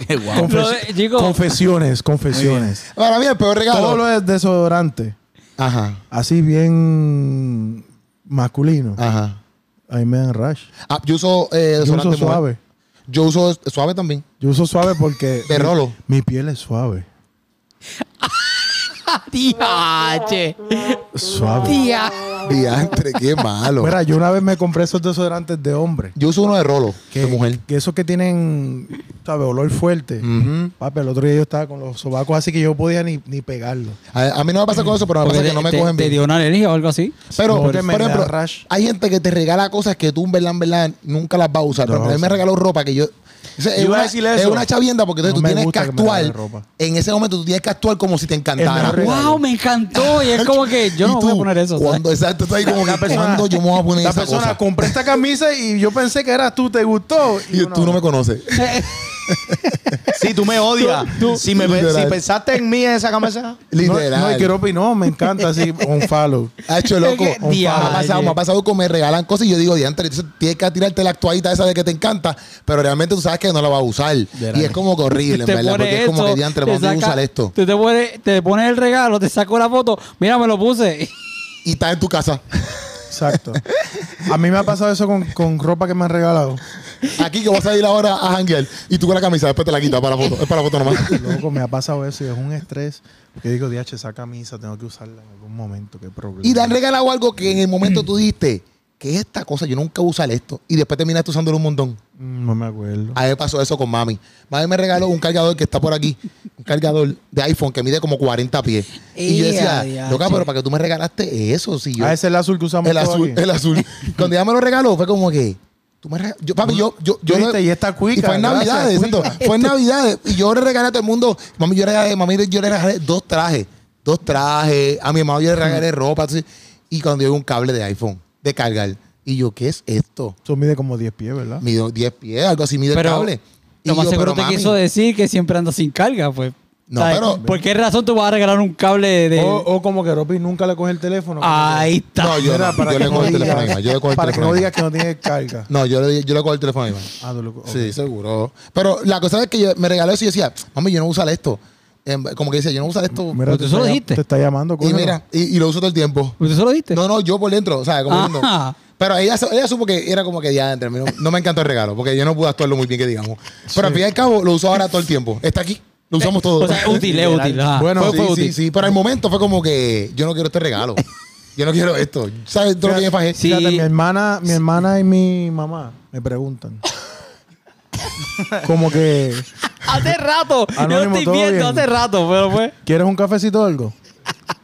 confes-
Lo de- eh, digo-
confesiones, confesiones.
Para mí el peor
Todo lo
regalo.
es desodorante,
Ajá,
así bien masculino.
ajá.
Ahí me dan rash.
Ah, yo uso eh, Ah.
Yo uso
desodorante mujer.
suave.
Yo uso suave también.
Yo uso suave porque.
De
mi-
rolo.
Mi piel es suave.
Diache.
Suave.
Dia.
Diantre, qué malo.
Mira, yo una vez me compré esos desodorantes de hombre.
Yo uso uno de rolo, de mujer.
Que esos que tienen, ¿sabes? Olor fuerte. Papi, el otro día yo estaba con los sobacos así que yo podía ni, ni pegarlo.
A, a mí no me pasa con eso, pero me
Porque
pasa
te,
que no me
te-
cogen
te
bien.
dio una alergia o algo así.
Pero,
No,
por
porque me da
ejemplo,
rash.
hay gente que te regala cosas que tú, en verdad, en verdad, nunca las vas a usar. Por ejemplo, a mí me regaló ropa que yo. o sea, es,
Yo iba a
una,
decir
es
eso.
una chavienda porque entonces
No me
tú tienes que
gusta que me regalen
actuar.
ropa.
en ese momento tú tienes que actuar como si te encantara.
mejor regalo.
¡Wow! Me encantó. Y es como que yo
Y
no
tú,
voy a poner eso. ¿sabes?
Cuando, exacto, está ahí como que
persona-
cuando yo me voy a poner
La
esa
persona
cosa.
compré esta camisa y yo pensé que eras tú, te gustó.
Y yo,
yo,
tú no me conoces.
Sí, tú me odias.
Tú- tú-
si, me, pe-
Literal.
si pensaste en mí en esa camisa.
Literal.
No, no, y quiero opinar, me encanta así, un follow.
Ha hecho loco.
Es que,
Me ha
diache.
pasado, me ha pasado que me regalan cosas y yo digo, diantre, entonces tienes que tirarte la actuadita esa de que te encanta, pero realmente tú sabes que no la vas a usar. Y es como que horrible, en
te
verdad,
pone
porque es como
eso,
que diantre,
te
vamos a
saca-
usar esto.
Te, te, pone, te pone el regalo, te saco la foto. Mira, me lo puse.
Y estás en tu casa.
Exacto. A mí me ha pasado eso con, con ropa que me han regalado.
Aquí que vas a ir ahora a janguear y tú con la camisa, después te la quitas para la foto. Es para la foto nomás.
Loco, me ha pasado eso y es un estrés. Porque digo, DH, esa camisa tengo que usarla en algún momento, qué problema.
Y te han regalado algo que en el momento tú dijiste, ¿qué es esta cosa? Yo nunca voy a usar esto. Y después terminaste usándolo un montón.
Mm, No me acuerdo.
A mí me pasó eso con mami. Mami me regaló un cargador que está por aquí, un cargador de iPhone que mide como 40 pies. Y yo decía,
Ea,
loca,
diache.
pero ¿para qué tú me regalaste eso? Si yo,
Ah, ese es el azul que usamos
el
todos
azul,
aquí.
el azul. Cuando ella me lo regaló, fue como que, tú me regal- yo, papi, yo, yo, yo,
Viste, y esta cuica,
y fue en
gracias,
Navidades,
cuica.
exacto. Fue en Navidades. Y yo le regalé a todo el mundo, mami, yo le regalé, mami, yo le regalé dos trajes, dos trajes. A mi hermano yo le regalé ropa. así. Y cuando yo vi un cable de iPhone, de cargar. Y yo, ¿qué es esto?
Eso mide como 10 pies, ¿verdad?
Mido 10 pies, algo así mide el
Pero
cable. Y
lo más
yo,
seguro
pero,
te
mami,
quiso decir que siempre ando sin carga, pues.
No,
¿Sabes?
pero- Oh,
¿Por qué razón tú vas a regalar un cable de.?
O, o como que Ropi nunca le coge el teléfono. como
Ahí
que-
está.
No, yo
Mira,
no, yo le
que no
cojo el
digas-
teléfono a mi mamá, yo le cojo el
Para que
teléfono a
no
mi
digas que no tiene carga.
No, yo le, yo le cojo el teléfono a mi mamá.
Ah, tú lo co-
Sí, seguro. Pero la cosa es que yo- me regaló eso y yo decía, mami, yo no voy a usar esto. Em, Como que decía, yo no voy a usar esto.
Mira,
Pero
te
tú solo
está llam-
dijiste.
Te está llamando,
y
cógelo.
mira, y, y lo uso todo el tiempo.
¿Usted se lo diste?
No, no, yo por dentro, o sea, como
Ajá.
diciendo- Pero ella, su- ella supo que era como que ya entre mí. No, no me encantó el regalo, porque yo no pude actuarlo muy bien, que digamos. Pero al fin y al cabo, lo uso ahora todo el tiempo. Está aquí, lo usamos todo.
O sea, es útil, es útil. ajá.
Bueno,
Fue-
sí,
fue
sí,
útil.
sí. Pero al momento fue como que yo no quiero este regalo. Yo no quiero esto. ¿Sabes todo lo que me fajé?
Sí.
Fíjate, mi hermana, mi hermana y mi mamá me preguntan. Como que,
Hace rato. yo lo
Anónimo,
estoy
todo
viendo
bien.
hace rato, pero pues.
¿quieres un cafecito o algo?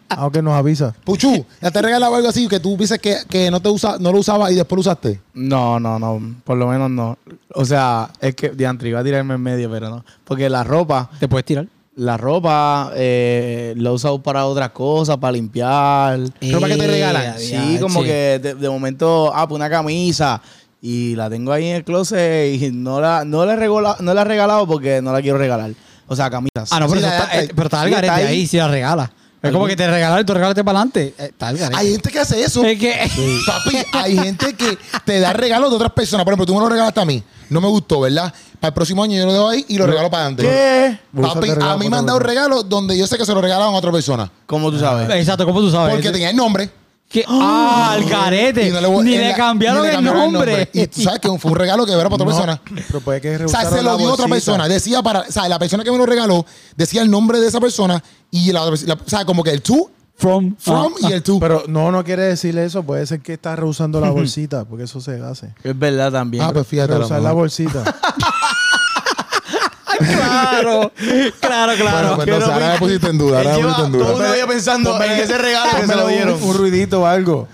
Aunque nos avisa.
Puchu, ya te regalaba algo así que tú dices que, que no te usa, no lo usabas y después lo usaste.
No, no, no. Por lo menos no. O sea, es que diantre, iba a tirarme en medio, pero no. Porque la ropa,
Te puedes tirar.
la ropa eh, la he usado para otras cosas, para limpiar.
Ropa que te regalan.
Eh,
Sí,
adiache.
como que de, de momento, ah, pues una camisa. Y la tengo ahí en el closet y no la, no la, he regola- no la he regalado porque no la quiero regalar. O sea, camisas.
Ah, no, pero,
Sí,
eso
la-
está, eh, pero está al
sí, está
garete ahí.
ahí.
si la regala. Es como que te regalaron y tú regalaste para adelante. Eh, Está al garete.
Hay gente que hace eso.
Es que- eh,
Papi, hay gente que te da regalos de otras personas. Por ejemplo, tú me lo regalaste a mí. No me gustó, ¿verdad? Para el próximo año yo lo dejo ahí y lo regalo para adelante.
¿Qué?
Papi, a mí me han dado regalos donde yo sé que se lo regalaron a otra persona.
¿Cómo tú sabes?
Exacto, ¿cómo tú sabes?
Porque tenía el nombre.
Que- ah, al garete.
y no voy-
Ni
en
le
la-
cambiaron
ni le
el nombre.
Y tú sabes que fue un regalo que era para otra persona.
Pero puede que
O sea,
rehusaron
se
la
lo dio a otra
bolsita.
persona. Decía para. O sea, la persona que me lo regaló decía el nombre de esa persona y la otra. la- o sea, como que el tú,
From.
from
Ah,
y el tú.
Pero no, no quiere decirle eso. Puede ser que está rehusando la bolsita, porque eso se hace.
Es verdad también.
Ah, pues fíjate. a lo
Rehusar la
mejor.
bolsita.
ah, Claro. Claro,
Bueno,
claro.
pues entonces, ahora me pusiste en duda.
Él
Ahora me
lleva
pusiste en
todo
duda. Pues
un día pensando en ese regalo que se
Pónmelo
lo
un-
dieron.
Un, ruidito o algo.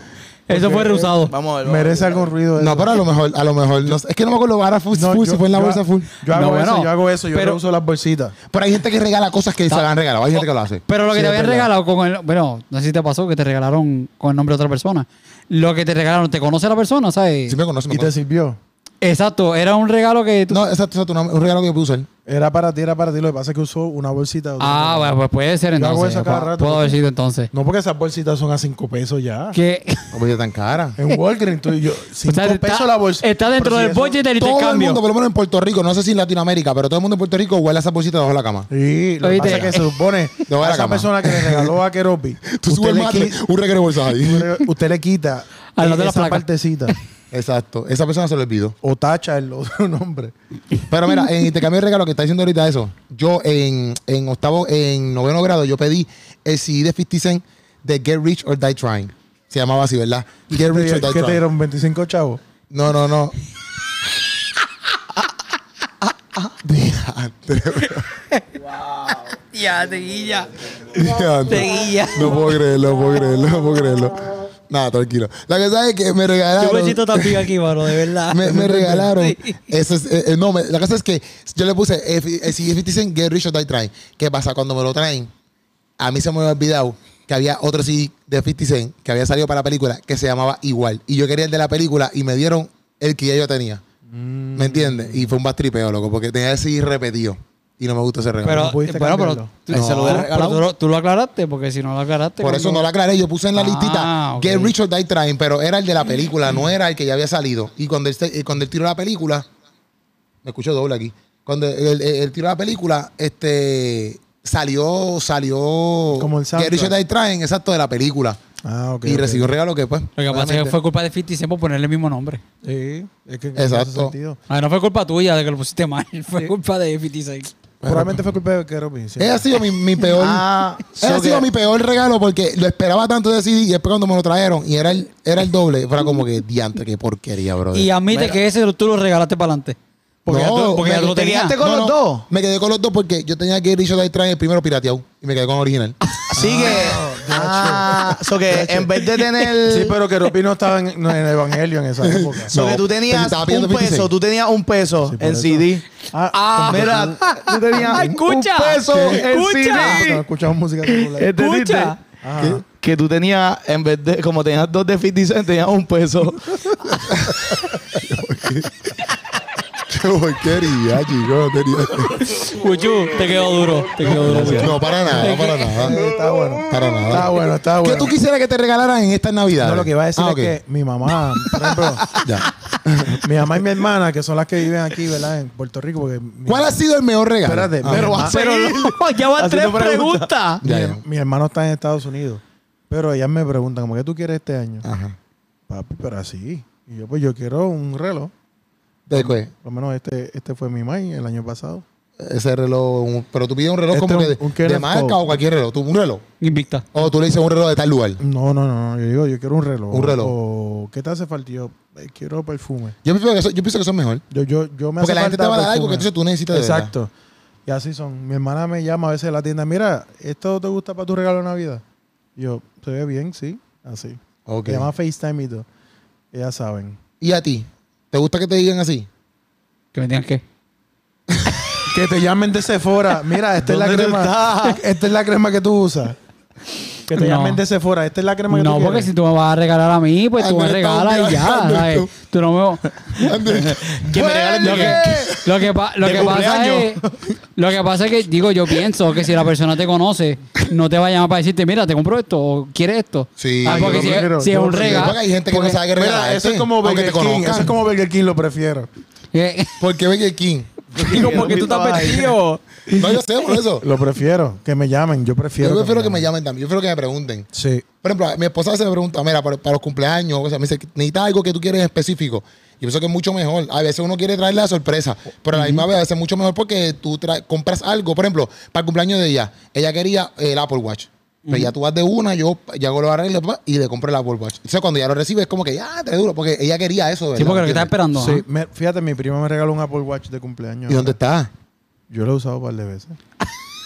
Eso fue rehusado.
Vamos a ver. vamos a ver.
Merece algún ruido. eso.
No, pero a lo mejor, a lo mejor, no sé. es que no me acuerdo ahora full,
No,
full,
yo-
si fue en la
yo-
bolsa full.
Yo hago eso,
No, bueno,
yo hago eso, yo
pero-
reuso las bolsitas.
Pero hay gente que regala cosas que se las han regalado, hay gente que lo hace.
Pero lo que
Sí,
te
es
habían
verdad.
regalado con el. Bueno, no sé si te pasó que te regalaron con el nombre de otra persona. Lo que te regalaron, ¿te conoce la persona? ¿Sabes?
Si me conoces, me
Y te
conoces.
sirvió.
Exacto, era un regalo que tú.
No, exacto, exacto, un un regalo que yo pude usar.
Era para ti, era para ti. Lo que pasa es que usó una bolsita. de otro
ah,
color.
bueno, pues puede ser
Yo hago
entonces.
eso cada
Pu-
rato.
Puedo haber sido entonces.
No porque esas bolsitas son a cinco pesos ya.
Que.
No podía pues tan cara.
En Walgreens, tú y yo. Cinco pesos la bolsita.
está dentro del budget del
Todo el mundo,
intercambio.
por lo menos en Puerto Rico, no sé si en Latinoamérica, pero todo el mundo en Puerto Rico huele a esa bolsita debajo de la cama.
Sí, lo que
Oíste.
pasa es que se supone
No,
a
la
esa
cama.
persona que le regaló a Keropi,
Tú
usted,
subes
le
madre,
qui-
un regalo de bolsa ahí.
usted le quita
Al lado de la
esa
placa.
partecita
Exacro, esa persona se lo olvidó.
o tacha el otro nombre.
Pero mira, en intercambio de regalo que está diciendo ahorita eso, yo en, en octavo, en noveno grado, yo pedí el CD de 50 Cent de Get Rich or Die Trying. Se llamaba así, ¿verdad? Get Rich or Die
¿Qué te
Trying.
dieron? ¿25 chavos?
No, no, no. Diantre,
Ya, te guilla.
diantre.
guía.
No puedo creerlo, no puedo creerlo, no puedo creerlo. Nada, tranquilo. La cosa es que me regalaron.
Yo me siento tan pica aquí, mano, de verdad.
me, me regalaron.
Sí.
Eso es, eh, eh, no, me- la cosa es que yo le puse, eh, fi- eh, si ellos dicen Get Rich or Die Trying, ¿qué pasa? Cuando me lo traen, a mí se me había olvidado que había otro CD de 50 Cent que había salido para la película que se llamaba Igual. Y yo quería el de la película y me dieron el que ya yo tenía. ¿Me entiendes? Y fue un bastripeo, loco, porque tenía el CD repetido. Y no me gustó ese regalo.
Pero,
No pudiste
eh, bueno, pero,
cambiarlo.
tú,
Ahí se lo
tú-
hubiera regalado.
pero tú lo- tú lo aclaraste, porque si no lo aclaraste.
Por
cuando-
eso no lo aclaré. Yo puse en la
Ah,
listita
ok.
Get Rich or Die Trying, pero era el de la película, no era el que ya había salido. Y cuando él, se- eh, cuando él tiró la película, me escucho doble aquí. Cuando él, él- él tiró la película, este salió, salió
Como el
Get Rich or
soundtrack.
Die Trying, exacto, de la película.
Ah, ok.
y
ok.
recibió un regalo que pues.
Lo que pasa es que
obviamente-
fue culpa de 50 Cent por ponerle el mismo nombre.
Sí, es que
Exacto.
hace sentido.
Ah, no fue culpa tuya de que lo pusiste mal. Fue culpa de 50 Cent.
Probablemente fue culpa de Keropi. sí.
Ese ha sido mi, mi peor.
Ah,
ese ha
so
sido
que-
mi peor regalo porque lo esperaba tanto de CD y después cuando me lo trajeron y era el, era el doble, fuera como que diantre, qué porquería, bro.
Y admite que ese tú lo regalaste para adelante. Porque,
No,
ya tú- porque
me-
ya tú lo
te
tenías.
quedaste con- los dos?
Me quedé con los dos porque yo tenía que ir Richard trae el primero pirateado y me quedé con el original.
Así que. Ah, so que en vez de tener.
Sí, pero Keropi no estaba en, no, en el evangelio en esa época.
so
No,
que tú
pero
tenías
estaba
un
pidiendo 56.
peso, tú tenías un peso
Sí, por
en
eso.
CD.
Ah.
Mira, tú tenías
Ah, escucha,
un peso en
escucha. Este
No,
CD.
escuchamos música popular.
¿Entendiste?
Escucha.
Ajá.
Que tú tenías, en vez de, como tenías dos de 50 Cent, tenías un peso.
Qué porquería, chico.
Cuchú, te quedó duro. Te quedó duro. Cuchú.
No, para nada, no para
Eh,
nada.
Está bueno.
Para nada.
Está bueno, está
¿Qué
bueno. Ah,
tú quisieras que te regalaran en Ah, esta Navidad?
No, lo que iba a decir es que mi mamá, por ejemplo, mi mamá y mi hermana, que son las que viven aquí, ¿verdad? En Puerto Rico. Porque mi-
¿Cuál ha sido el mejor regalo?
Espérate,
Ah,
pero-
ok.
Pero no, ya van tres
Haciendo
preguntas.
mi,
Ya, ya.
mi hermano está en Estados Unidos. Pero ellas me preguntan, ¿cómo que tú quieres este año?
Ajá.
Papi, pero así. Y yo, pues yo quiero un reloj.
¿De qué?
Por lo menos este, este fue mi main el año pasado.
ese reloj, un- pero tú pides un reloj
Este
como
es
que
un- un
de, de
Kenneth
marca
Cole.
o cualquier reloj, tú, un reloj.
Invicta.
O tú le dices un reloj de tal lugar.
No, no, no. Yo digo, yo quiero un reloj.
Un reloj.
O, ¿Qué te hace falta? Yo eh, quiero perfume.
Yo pienso que eso, yo pienso que eso es mejor.
Yo, yo, yo me
Porque
hace
la gente
falta
te va a dar algo
perfume.
que entonces tú necesitas de
Exacto. Y así son. Mi hermana me llama a veces de la tienda. Mira, ¿esto te gusta para tu regalo de Navidad? Y Yo, se ve bien, sí. Así.
Ok.
Se llama FaceTime y todo. Ellas saben.
¿Y a ti? ¿Te gusta que te digan así?
Que me digan que.
Que te llamen de Sephora. Mira, esta es la
¿Dónde tú
crema. Esta es la crema que tú usas. Que te
No.
llamen de Sephora. Esta es la crema que
No,
tú
porque
quieres.
si tú me vas a regalar a mí, pues tú
Ay,
me
me está
regalas y ya,
humillando
¿sabes?
tú.
Tú no me... Pues,
Que me regalen
Lo
de
que,
qué.
lo que, pa- lo
De
que pasa es,
cumpleaños.
lo que pasa es que, digo, yo pienso que si la persona te conoce, no te va a llamar para decirte, mira, te compro esto o quieres esto.
Sí.
Ah,
Ay,
porque
yo
si,
lo quiero,
si es
yo
un
lo quiero.
regalo. pues,
Porque hay gente que no sabe qué regalar. ¿eh?
Mira, eso es como
aunque
Burger
te
King.
conozcan.
Eso es como Burger King, lo prefiero.
eh,
¿Por qué Burger King?
Y como que tú estás perdido.
No, yo sé por eso.
Lo prefiero. Que me llamen. Yo prefiero.
Yo prefiero que me llamen también. Yo prefiero que me pregunten.
Sí.
Por ejemplo, mi esposa se me pregunta, mira, para, para los cumpleaños, o sea, me dice, necesitas algo que tú quieres específico. Y pienso que es mucho mejor. A veces uno quiere traer la sorpresa, pero a la misma vez a veces es mucho mejor porque tú tra- compras algo. Por ejemplo, para el cumpleaños de ella, ella quería el Apple Watch. Pero ya tú vas de una, yo ya hago los arreglos pa, y le compro el Apple Watch. Entonces, cuando ya lo recibe, es como que, ya, te duro, porque ella quería eso, ¿verdad?
Sí, porque lo que estás esperando.
Sí,
ajá.
me- fíjate, mi prima me regaló un Apple Watch de cumpleaños.
¿Y dónde está?
Yo lo he usado un par de veces.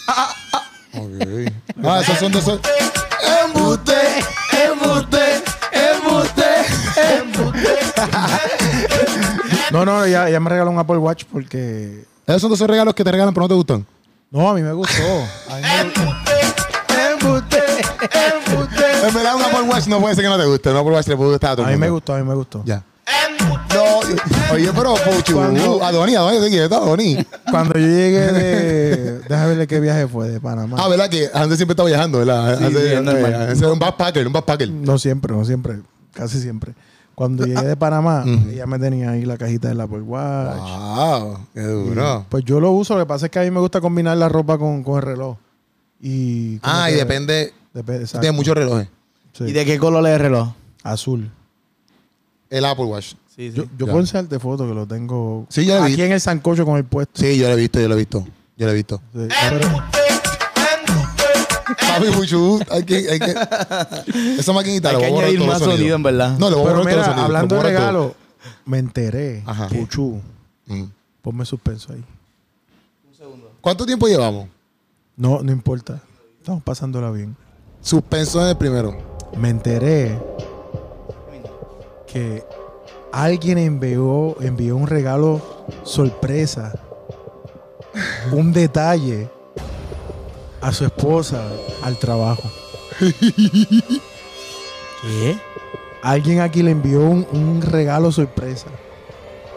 Ah, esos son de esos.
Embuste, embuste, embuste.
No, no, ya, ya me regaló un Apple Watch porque.
Esos son de esos regalos que te regalan, pero no te gustan.
No, a mí me gustó. A mí me gustó.
En verdad, Pues un Apple Watch no puede ser que no te guste. Un Apple Watch le puede gustar a todo
A
el
mí me
mundo.
gustó, a mí me gustó.
Ya. No, yo- oye, pero Puchu, uh,
Cuando-
Adoní, Adoní, te quieres, Adoní.
Cuando yo llegué de. Déjame verle qué viaje fue de Panamá.
Ah, ¿verdad? Que Andrés siempre está viajando, ¿verdad? Hace-
sí, es normal.
eh, hace un backpacker, un backpacker.
No siempre, no siempre. Casi siempre. Cuando llegué de Panamá, ella me tenía ahí la cajita del Apple Watch.
Wow, qué duro.
Pues yo lo uso, lo que pasa es que a mí me gusta combinar la ropa con, con el reloj. Y como
Ah, y
que-
depende
Depende,
de
exacto.
muchos relojes.
Sí.
¿Y de qué color es el reloj?
Azul.
El Apple Watch.
Sí,
Yo, yo
Ya.
puedo enseñarte fotos que lo tengo
Sí, ya lo
aquí
vi.
en el Sancocho con el puesto.
Sí, Eh, yo lo he visto, yo lo he visto. Yo lo he visto.
Sí, pero-
Papi Puchu, hay que, hay que. Esa maquinita
Hay
le voy a borrar
que añadir
todos los
más sonido,
sonidos.
en verdad.
No, le voy a
pero
borrar todos
mira,
los sonidos. le
hablando de
voy a borrar
regalo, me enteré.
Ajá.
Puchu,
todo. Mm.
ponme suspenso ahí.
¿Cuánto tiempo llevamos?
No, no importa. Estamos pasándola bien.
Suspenso en el primero.
Me enteré que alguien envió, envió un regalo sorpresa, un detalle a su esposa al trabajo.
¿Qué?
Alguien aquí le envió un, un regalo sorpresa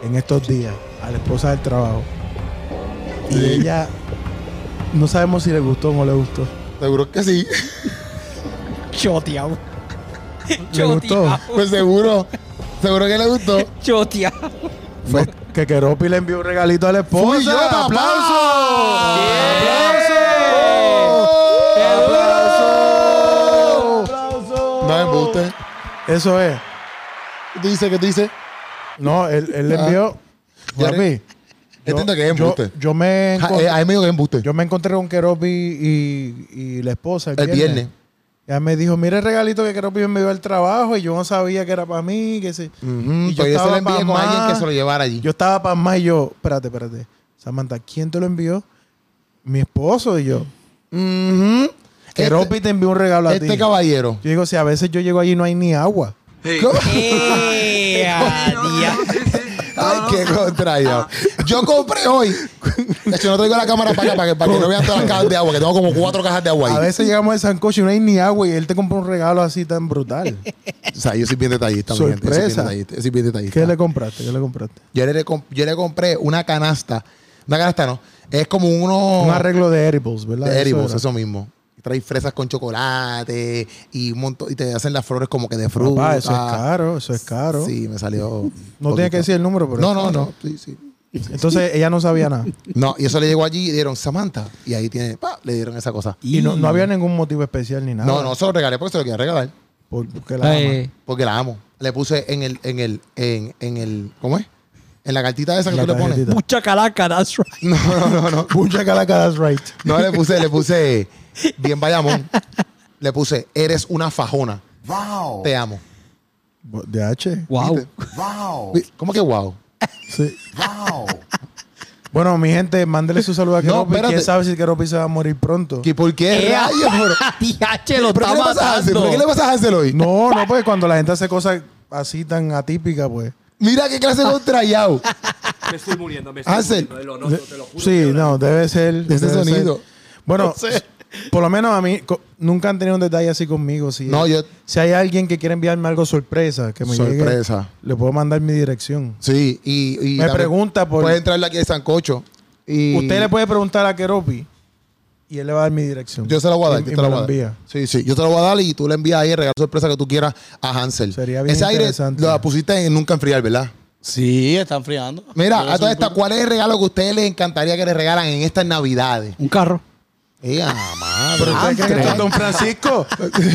en estos días a la esposa del trabajo. Y ella, no sabemos si le gustó o no le gustó.
Seguro que sí.
Choteado.
¿Le gustó?
Pues seguro. Seguro que le gustó.
Choteado.
Fue que Keropi le envió un regalito a la esposa.
¡Fui yo, papá!
¡Aplauso!
No embuste.
Eso es.
¿Qué tú dices? ¿Qué tú dices?
No, él, él le envió.
Ah. Ya
Papi,
re-
yo-
Entiendo que es
yo,
embuste.
yo me
Ja,
encont-
eh, A mí me dijo que es embuste.
yo me encontré con Keropi y, y la esposa el,
El
viernes.
viernes.
Ella me dijo, mira el regalito que Keropi me dio al trabajo y yo no sabía que era para mí. Que se...
Ujú,
y yo
Mm, pero yo se
estaba
lo envié con
pasmado.
alguien que se lo llevara allí.
Yo estaba para más y yo, espérate, espérate. Samantha, ¿quién te lo envió? Mi esposo y yo.
Ujú.
Keropi
Este,
te envió un regalo a
este
ti.
caballero.
Yo digo, si a veces yo llego allí y no hay ni agua.
Ay, qué contrario. Yo compré hoy. De hecho, no traigo la cámara para acá para que, para que no vean todas las cajas de agua, que tengo como cuatro cajas de agua ahí.
A veces llegamos al Sancocho y no hay ni agua y él te compró un regalo así tan brutal.
O sea, yo soy bien detallista. mi gente. Yo soy bien
Sorpresa.
detallista. Yo soy bien detallista.
¿Qué le compraste? ¿Qué le compraste?
Yo le, comp- yo le compré una canasta. Una canasta no. Es como uno.
Un arreglo de edibles, ¿verdad?
de Eribos, eso,
era.
mismo. Trae fresas con chocolate y un montón. Y te hacen las flores como que de fruta.
Papá, eso es caro, eso es caro.
Sí, me salió.
No tiene que decir el número, pero.
No, no, no. Sí, sí.
Entonces ella no sabía nada.
No, y eso le llegó allí y le dieron Samantha. Y ahí tiene. pa, le dieron esa cosa.
Y no, no había ningún motivo especial ni nada.
No, no, se lo regalé porque se lo quería regalar.
Eh,
Por- porque la ama.
Porque la amo. Le puse en el, en el, en, en el, ¿cómo es? En la cartita esa que
La
tú le pones.
tarjetita.
Mucha calaca, that's right.
No, no, no, no. Pucha calaca, that's right.
No, le puse, le puse. Bien, Bayamón. Le puse, eres una fajona.
Wow.
Te amo.
Bo- De H.
Wow.
Wow.
¿Cómo que wow?
Sí.
Wow.
Bueno, mi gente, mándele su saludo a
No,
Keropi. ¿Quién
espérate.
sabe si Keropi se va a morir pronto?
¿Y por qué?
Eh,
rayos, bro?
TH lo
¿Pero
está
qué le pasa a Hansel?
matando.
¿Pero qué le pasa a Hansel hoy?
No, no, pues cuando la gente hace cosas así tan atípicas, pues.
Mira qué clase de trayado.
Me estoy muriendo, me estoy
Hansel.
muriendo. Lo noto, te lo juro.
Sí, no, debe ser.
De ese
debe
sonido.
ser. Bueno, por lo menos a mí, co- nunca han tenido un detalle así conmigo. Si,
No, yo-
si hay alguien que quiere enviarme algo sorpresa, que me llegue,
Sorpresa.
le puedo mandar mi dirección.
Sí, y. y
Me pregunta por-
Puedes entrarle aquí de Sancocho. Y
Usted le puede preguntar a Keropi y él le va a dar mi dirección.
Yo se la voy a dar.
Y-
yo
y
te la
me
voy
lo
a dar.
envía.
Sí, sí. Yo te la voy a dar y tú le envías ahí el regalo sorpresa que tú quieras a Hansel.
Sería bien
Ese aire
interesante.
lo pusiste en nunca enfriar, ¿verdad?
Sí, están friando.
Mira, a todas estas, ¿cuál es el regalo que a ustedes les encantaría que les regalan en estas navidades?
Un carro.
¡Eh, ah, madre!
Pero usted cree que esto es Don Francisco.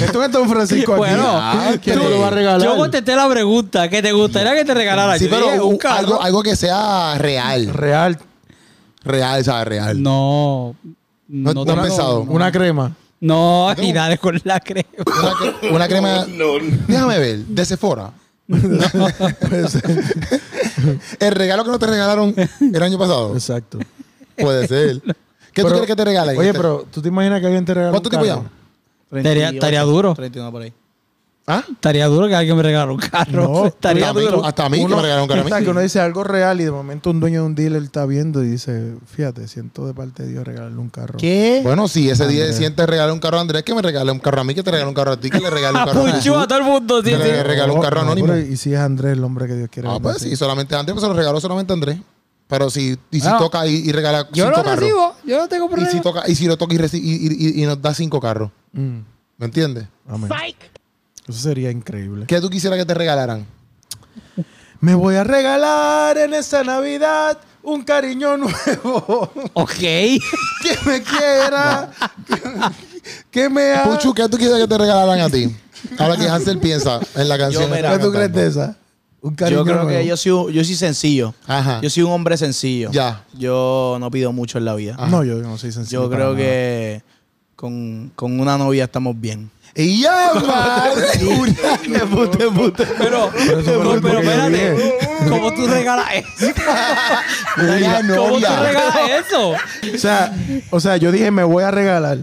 esto es Don Francisco aquí.
Bueno,
Ah, ¿quién
tú-
te lo va a regalar?
Yo contesté la pregunta que te gustaría que te regalara.
Sí,
Yo dije,
pero
un
u-
carro.
algo, algo que sea real.
Real.
Real, ¿sabes? Real.
No. No,
no
te-
has pensado.
Una crema.
No, ni dale con la crema.
Una, cre- una crema. Déjame ver, de Sephora. el regalo que no te regalaron el año pasado.
Exacto.
Puede ser. ¿Qué tú quieres que te regalen?
Oye,
Este-
pero ¿tú te imaginas que alguien te regala
¿Cuánto
un
tiempo
carro?
Estaría- estaría duro.
31 por ahí.
¿Ah?
Estaría duro que alguien me regalara un carro.
No,
Estaría
hasta a mí-
duro.
hasta a mí que me regalaron un carro a mí.
Hasta que uno dice algo real y de momento un dueño de un dealer está viendo y dice, fíjate, siento de parte de Dios regalarle un carro.
¿Qué?
Bueno, si ese día sientes regalar un carro a Andrés, que me regale un carro a mí, que te regale un carro a ti, que le regale un
A
carro a
Puchu, a todo el mundo. sí,
Que le
sí.
regale un carro
oh, No,
anónimo.
pero y si es Andrés el hombre que Dios quiere.
Ah,
¿verdad?
pues sí, solamente antes, pues se lo regaló solamente a Andrés. Pero si, y si
Bueno,
toca y, y regala
Ah. Yo
cinco
lo
carros.
recibo. Yo no tengo
Y
problema.
si, toca, y si lo toca y, reci- y- y- y nos da cinco carros.
Mm,
¿Me entiendes?
amén. Eso sería increíble.
¿Qué tú quisieras que te regalaran?
Me voy a regalar en esta Navidad un cariño
Oh,
nuevo
Ok.
que me quiera, que me haga.
Puchu, ¿qué tú quisieras que te regalaran a ti? Ahora que Hansel piensa en la canción.
mira,
que
¿Qué
está
tú crees
cantando.
de esa? Un cariño
Yo creo
nuevo.
que yo soy, un- yo soy sencillo.
Ajá.
Yo soy un hombre sencillo.
Ah. Ya. Ah,
Yo no pido mucho en la vida.
Ah, No, yo no soy sencillo.
Yo
para
creo
nada.
que con, con una novia estamos bien.
¡Y ya, madre!
Pero,
eso fue
pero,
lo
pero
que yo
espérate, ¿cómo tú regalas eso?
Una
¿Cómo tú
novia.
regalas eso?
O sea, o sea, yo dije, me voy a regalar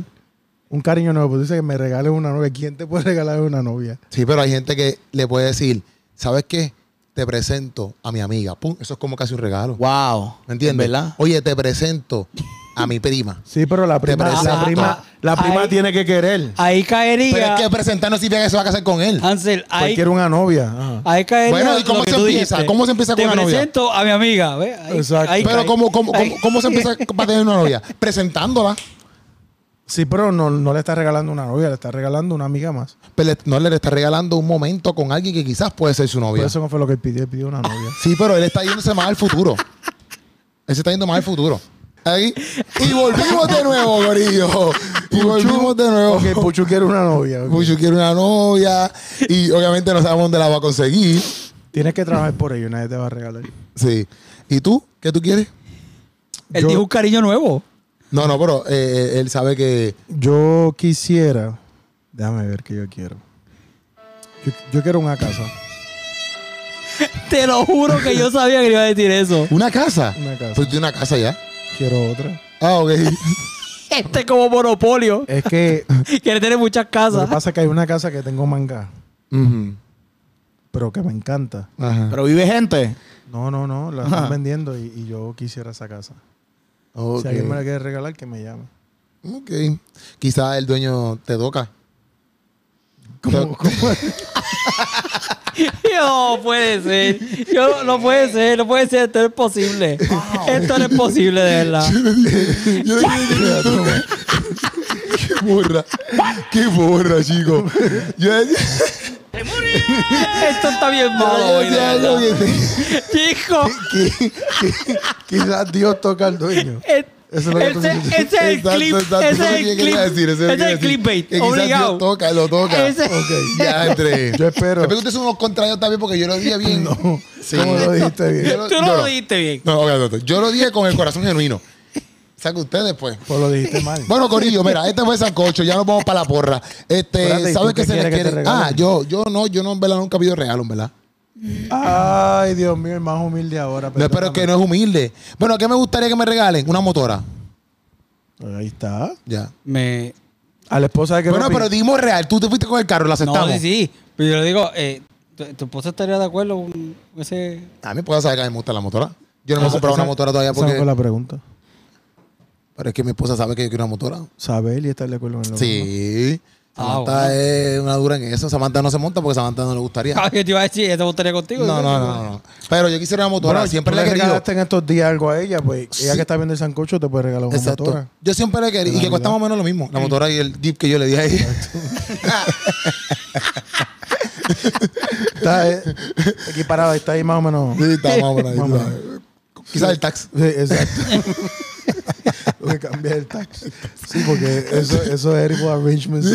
un cariño nuevo. Pero dice que me regales una novia. ¿Quién te puede regalar una novia?
Sí, pero hay gente que le puede decir, ¿sabes qué? Te presento a mi amiga. Pum, eso es como casi un regalo.
Wow.
¿Me entiendes?
¿Verdad?
Oye, te presento a mi prima.
Sí, pero la prima,
presento.
la prima, la prima
Ay.
tiene que querer.
Ahí
Pero es
caería,
que presentar no significa que se va a casar con él.
Hansel,
Cualquiera
ahí,
una novia. ajá.
ahí caería
Bueno, ¿y cómo
lo que
se
tú
empieza?
dijiste.
¿Cómo se empieza con
Te
una novia?
presento a mi amiga, ¿ves? Ahí-
Exacto.
ahí
Pero
cae.
¿cómo, cómo,
Ahí-
cómo, cómo se empieza para tener una novia? Presentándola.
Sí, pero no, no le está regalando una novia, le está regalando una amiga más.
Pero le- no le está regalando un momento con alguien que quizás puede ser su
Por
novia.
eso no fue lo que él pidió, él pidió una novia.
Sí, pero él está yéndose más al futuro. Él se está yendo más al futuro. Ahí. Y volvimos de nuevo, gorillo. Y volvimos de nuevo.
Ok, Puchu quiere una novia. ok.
Puchu quiere una novia. Y obviamente no sabemos dónde la va a conseguir.
Tienes que trabajar por ello, nadie te va a regalar.
Sí. ¿Y tú? ¿Qué tú quieres?
Él
yo-
dijo un cariño nuevo.
No, no, pero eh, eh, él sabe que.
Yo quisiera. Déjame ver qué yo quiero. Yo, yo quiero una casa.
Te lo juro que yo sabía que le iba a decir eso.
¿Una casa?
Una casa.
Pues tiene una casa ya.
Quiero otra.
Ah, ok.
Este es como monopolio.
Es que
Quiere tener muchas
lo que
casas.
pasa es que hay una casa que tengo manga,
Ujú.
pero que me encanta.
Ajá.
Pero vive gente.
No, no, no, la están vendiendo y, y yo quisiera esa casa.
Ok.
Si alguien me la quiere regalar, que me llame.
Ok. Quizás el dueño te toca. Te-
Pues
No puede ser. Yo, no puede ser, no puede ser. Esto no es posible. Esto no es posible, de verdad.
Yo le dije, "Tú". Qué burra. Qué burra, chico. Yo decía,
Esto está bien
Ah,
malo
yo
hoy, de
decía algo
verdad.
que-
Chico,
Quizás Dios toca al dueño.
eh,
Eso es lo que tú-
Ese- ese es el
Exacto,
clip,
exacto.
ese
Eso
es
lo
el
que quería
clip,
decir, eso lo
ese
que
es el
quería decir.
clipbait,
Que quizás
obligado.
Dios toca, lo toca.
Ese-
Ok, ya entre.
Yo espero.
Espero que ustedes son unos contrarios también porque yo lo dije bien. Sí.
¿Cómo lo dijiste bien?
Yo
Tú no
yo
lo dijiste bien.
No, ok, doctor. Yo lo dije con el corazón genuino. Saca ustedes, pues.
Pues lo dijiste mal.
Bueno, Corillo, mira, este fue Sancocho, ya nos vamos para la porra. Este,
Espérate, ¿y
¿sabes
tú qué
qué se le
quieres que te
quiere?
regalen?
Ah, yo, yo no, yo no, en verdad, nunca pido regalo, en verdad.
Ay, Dios mío, el más humilde ahora.
No, pero es que no es humilde. Bueno, ¿qué me gustaría que me regalen? Una motora.
no. Ahí está.
Ya.
Me...
A la esposa de que
Bueno,
me
pero
pidió-
dimos real. Tú te fuiste con el carro, la
No,
aceptamos.
sí, sí. Pero yo le digo, eh, ¿tu, tu esposa estaría de acuerdo con ese...?
A mí puedo saber que a mí me gusta la motora. Yo no me he comprado
Ah, Esa-
una motora todavía
esa no fue
porque.
la pregunta.
Pero es que mi esposa sabe que yo quiero una motora.
Saber y estar de acuerdo en lo mismo.
Sí.
Ah,
Samantha
bueno.
es una dura en eso. Samantha no se monta porque Samantha no le gustaría.
Ah, yo te iba a decir, ¿esa gustaría contigo?
No, no, no, no. Pero yo quisiera una motora.
Bueno,
siempre
tú
le he
le
querido.
regalaste en estos días algo a ella, pues ella
Sí.
que está viendo el sancocho te puede regalar una
Exacto.
motora.
Yo siempre le quería. Y que cuesta más o menos lo mismo. La motora y el jeep que yo le di a ella.
Está eh, equiparada, está ahí más o menos.
Sí, está más o menos ahí,
Más o menos.
tú sabes. Quizás el tax.
Sí, exacto. Lo que cambia es el taxi. Sí, porque eso, eso es edible arrangements.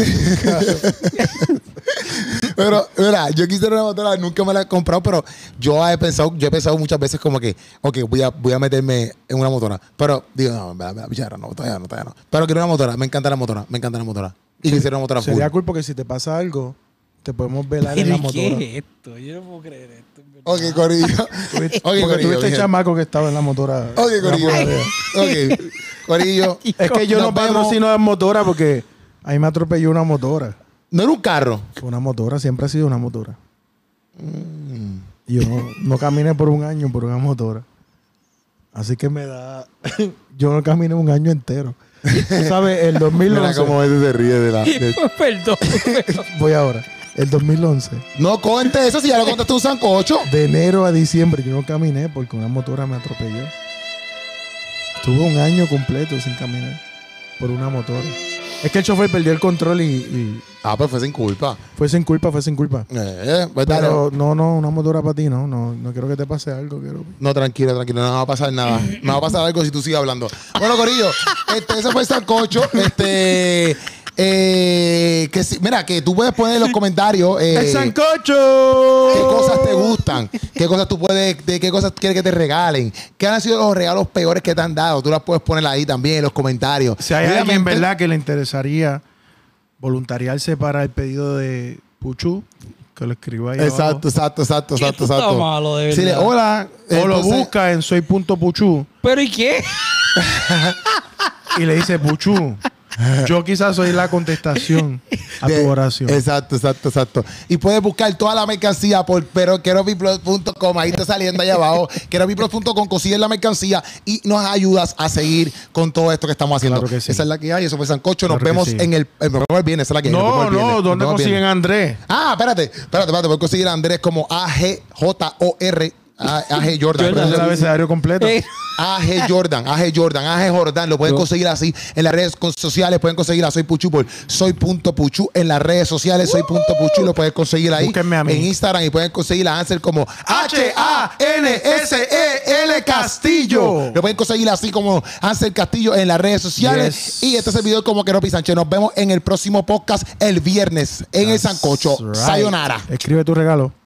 Pero, mira, yo quisiera una motora, nunca me la he comprado, pero yo he pensado, yo he pensado muchas veces como que, ok, voy a, voy a meterme en una motora. Pero digo, no, me la pichara, no, todavía no, todavía no. Pero quiero una motora, me encanta la motora, me encanta la motora. Y quisiera una motora full.
Sería cool porque si te pasa algo, te podemos velar en
¿Pero
la
¿y
motora.
qué es esto? Yo no puedo creer esto. en verdad.
Ok, Corillo.
Tuviste-
ok,
porque
Corillo.
tuviste el
bien.
chamaco que estaba en la motora.
Ok,
en la
Corillo.
motora de ella.
Ok, Corillo.
Es que yo
Nos
no
vemos.
patrocino las motoras porque ahí me atropelló una motora.
No era un carro.
Fue Una motora, siempre ha sido una motora. Yo no, no caminé por un año por una motora. Así que me da... yo no caminé un año entero. Tú ¿Sabes? El 2011...
Mira cómo ese se ríe de la. de-
Perdón.
Voy ahora. El 2011,
No contes eso si ya lo contaste un sancocho.
de enero a diciembre, yo no caminé porque una motora me atropelló. Tuve un año completo sin caminar por una motora. Es que el chofer perdió el control y, y
Ah, pues fue sin culpa.
fue sin culpa, fue sin culpa.
Eh, pues dale.
Pero no, no, una motora para ti, no, no, no quiero que te pase algo, quiero.
No, tranquilo, tranquilo, no va a pasar nada. Me va a pasar algo si tú sigues hablando. Bueno, Corillo, este, ese fue el sancocho. Este, eh, que si- mira, que tú puedes poner en los comentarios eh,
¡El
qué
sancocho!
cosas te gustan, qué cosas tú puedes, de qué cosas quieres que te regalen, qué han sido los regalos peores que te han dado. Tú las puedes poner ahí también en los comentarios.
Si hay alguien,
Obviamente,
¿verdad?, que le interesaría voluntariarse para el pedido de Puchu, que lo escriba ahí. abajo.
Exacto, exacto, exacto, exacto,
Está
exacto.
malo, de
Sí, le-
verdad.
hola.
O lo
entonces-
busca en soy.puchu
¿Pero y qué?
y le dice, Puchu, yo quizás soy la contestación a
De-
tu oración.
Exacto, exacto, exacto. Y puedes buscar toda la mercancía por pero querobiplus.com. Ahí está saliendo ahí abajo. Querobiplus.com, consigues la mercancía y nos ayudas a seguir con todo esto que estamos haciendo.
Claro que sí.
Esa es la que hay. Eso fue Sancocho. Nos
Claro
vemos
que sí.
en el. eh, Nos vemos el viernes. Esa es la que hay. Nos vemos
no,
el viernes.
no,
Nos
¿dónde
vemos el
consiguen
viernes.
a Andrés?
Ah, espérate, espérate, espérate. Voy a conseguir a Andrés como A-G-J-O-R. A-G Jordan.
Es el abecedario completo.
Eh,
AG Jordan, AG Jordan, AG Jordan, lo pueden
Yo-
conseguir así en las redes con- sociales, pueden conseguir a Soy Puchu por Soy Punto Puchu en las redes sociales, Soy Punto Puchu, lo pueden conseguir ahí
Búsquenme a mí.
en Instagram y pueden conseguir a Ansel como
E
H-A-N-S-E-L Castillo. E Lo pueden conseguir así como Ansel Castillo en las redes sociales.
Yes.
Y este es el video como Keropi Sánchez. Nos vemos en el próximo podcast el viernes en el Sancocho.
That's right.
Sayonara.
Escribe tu regalo.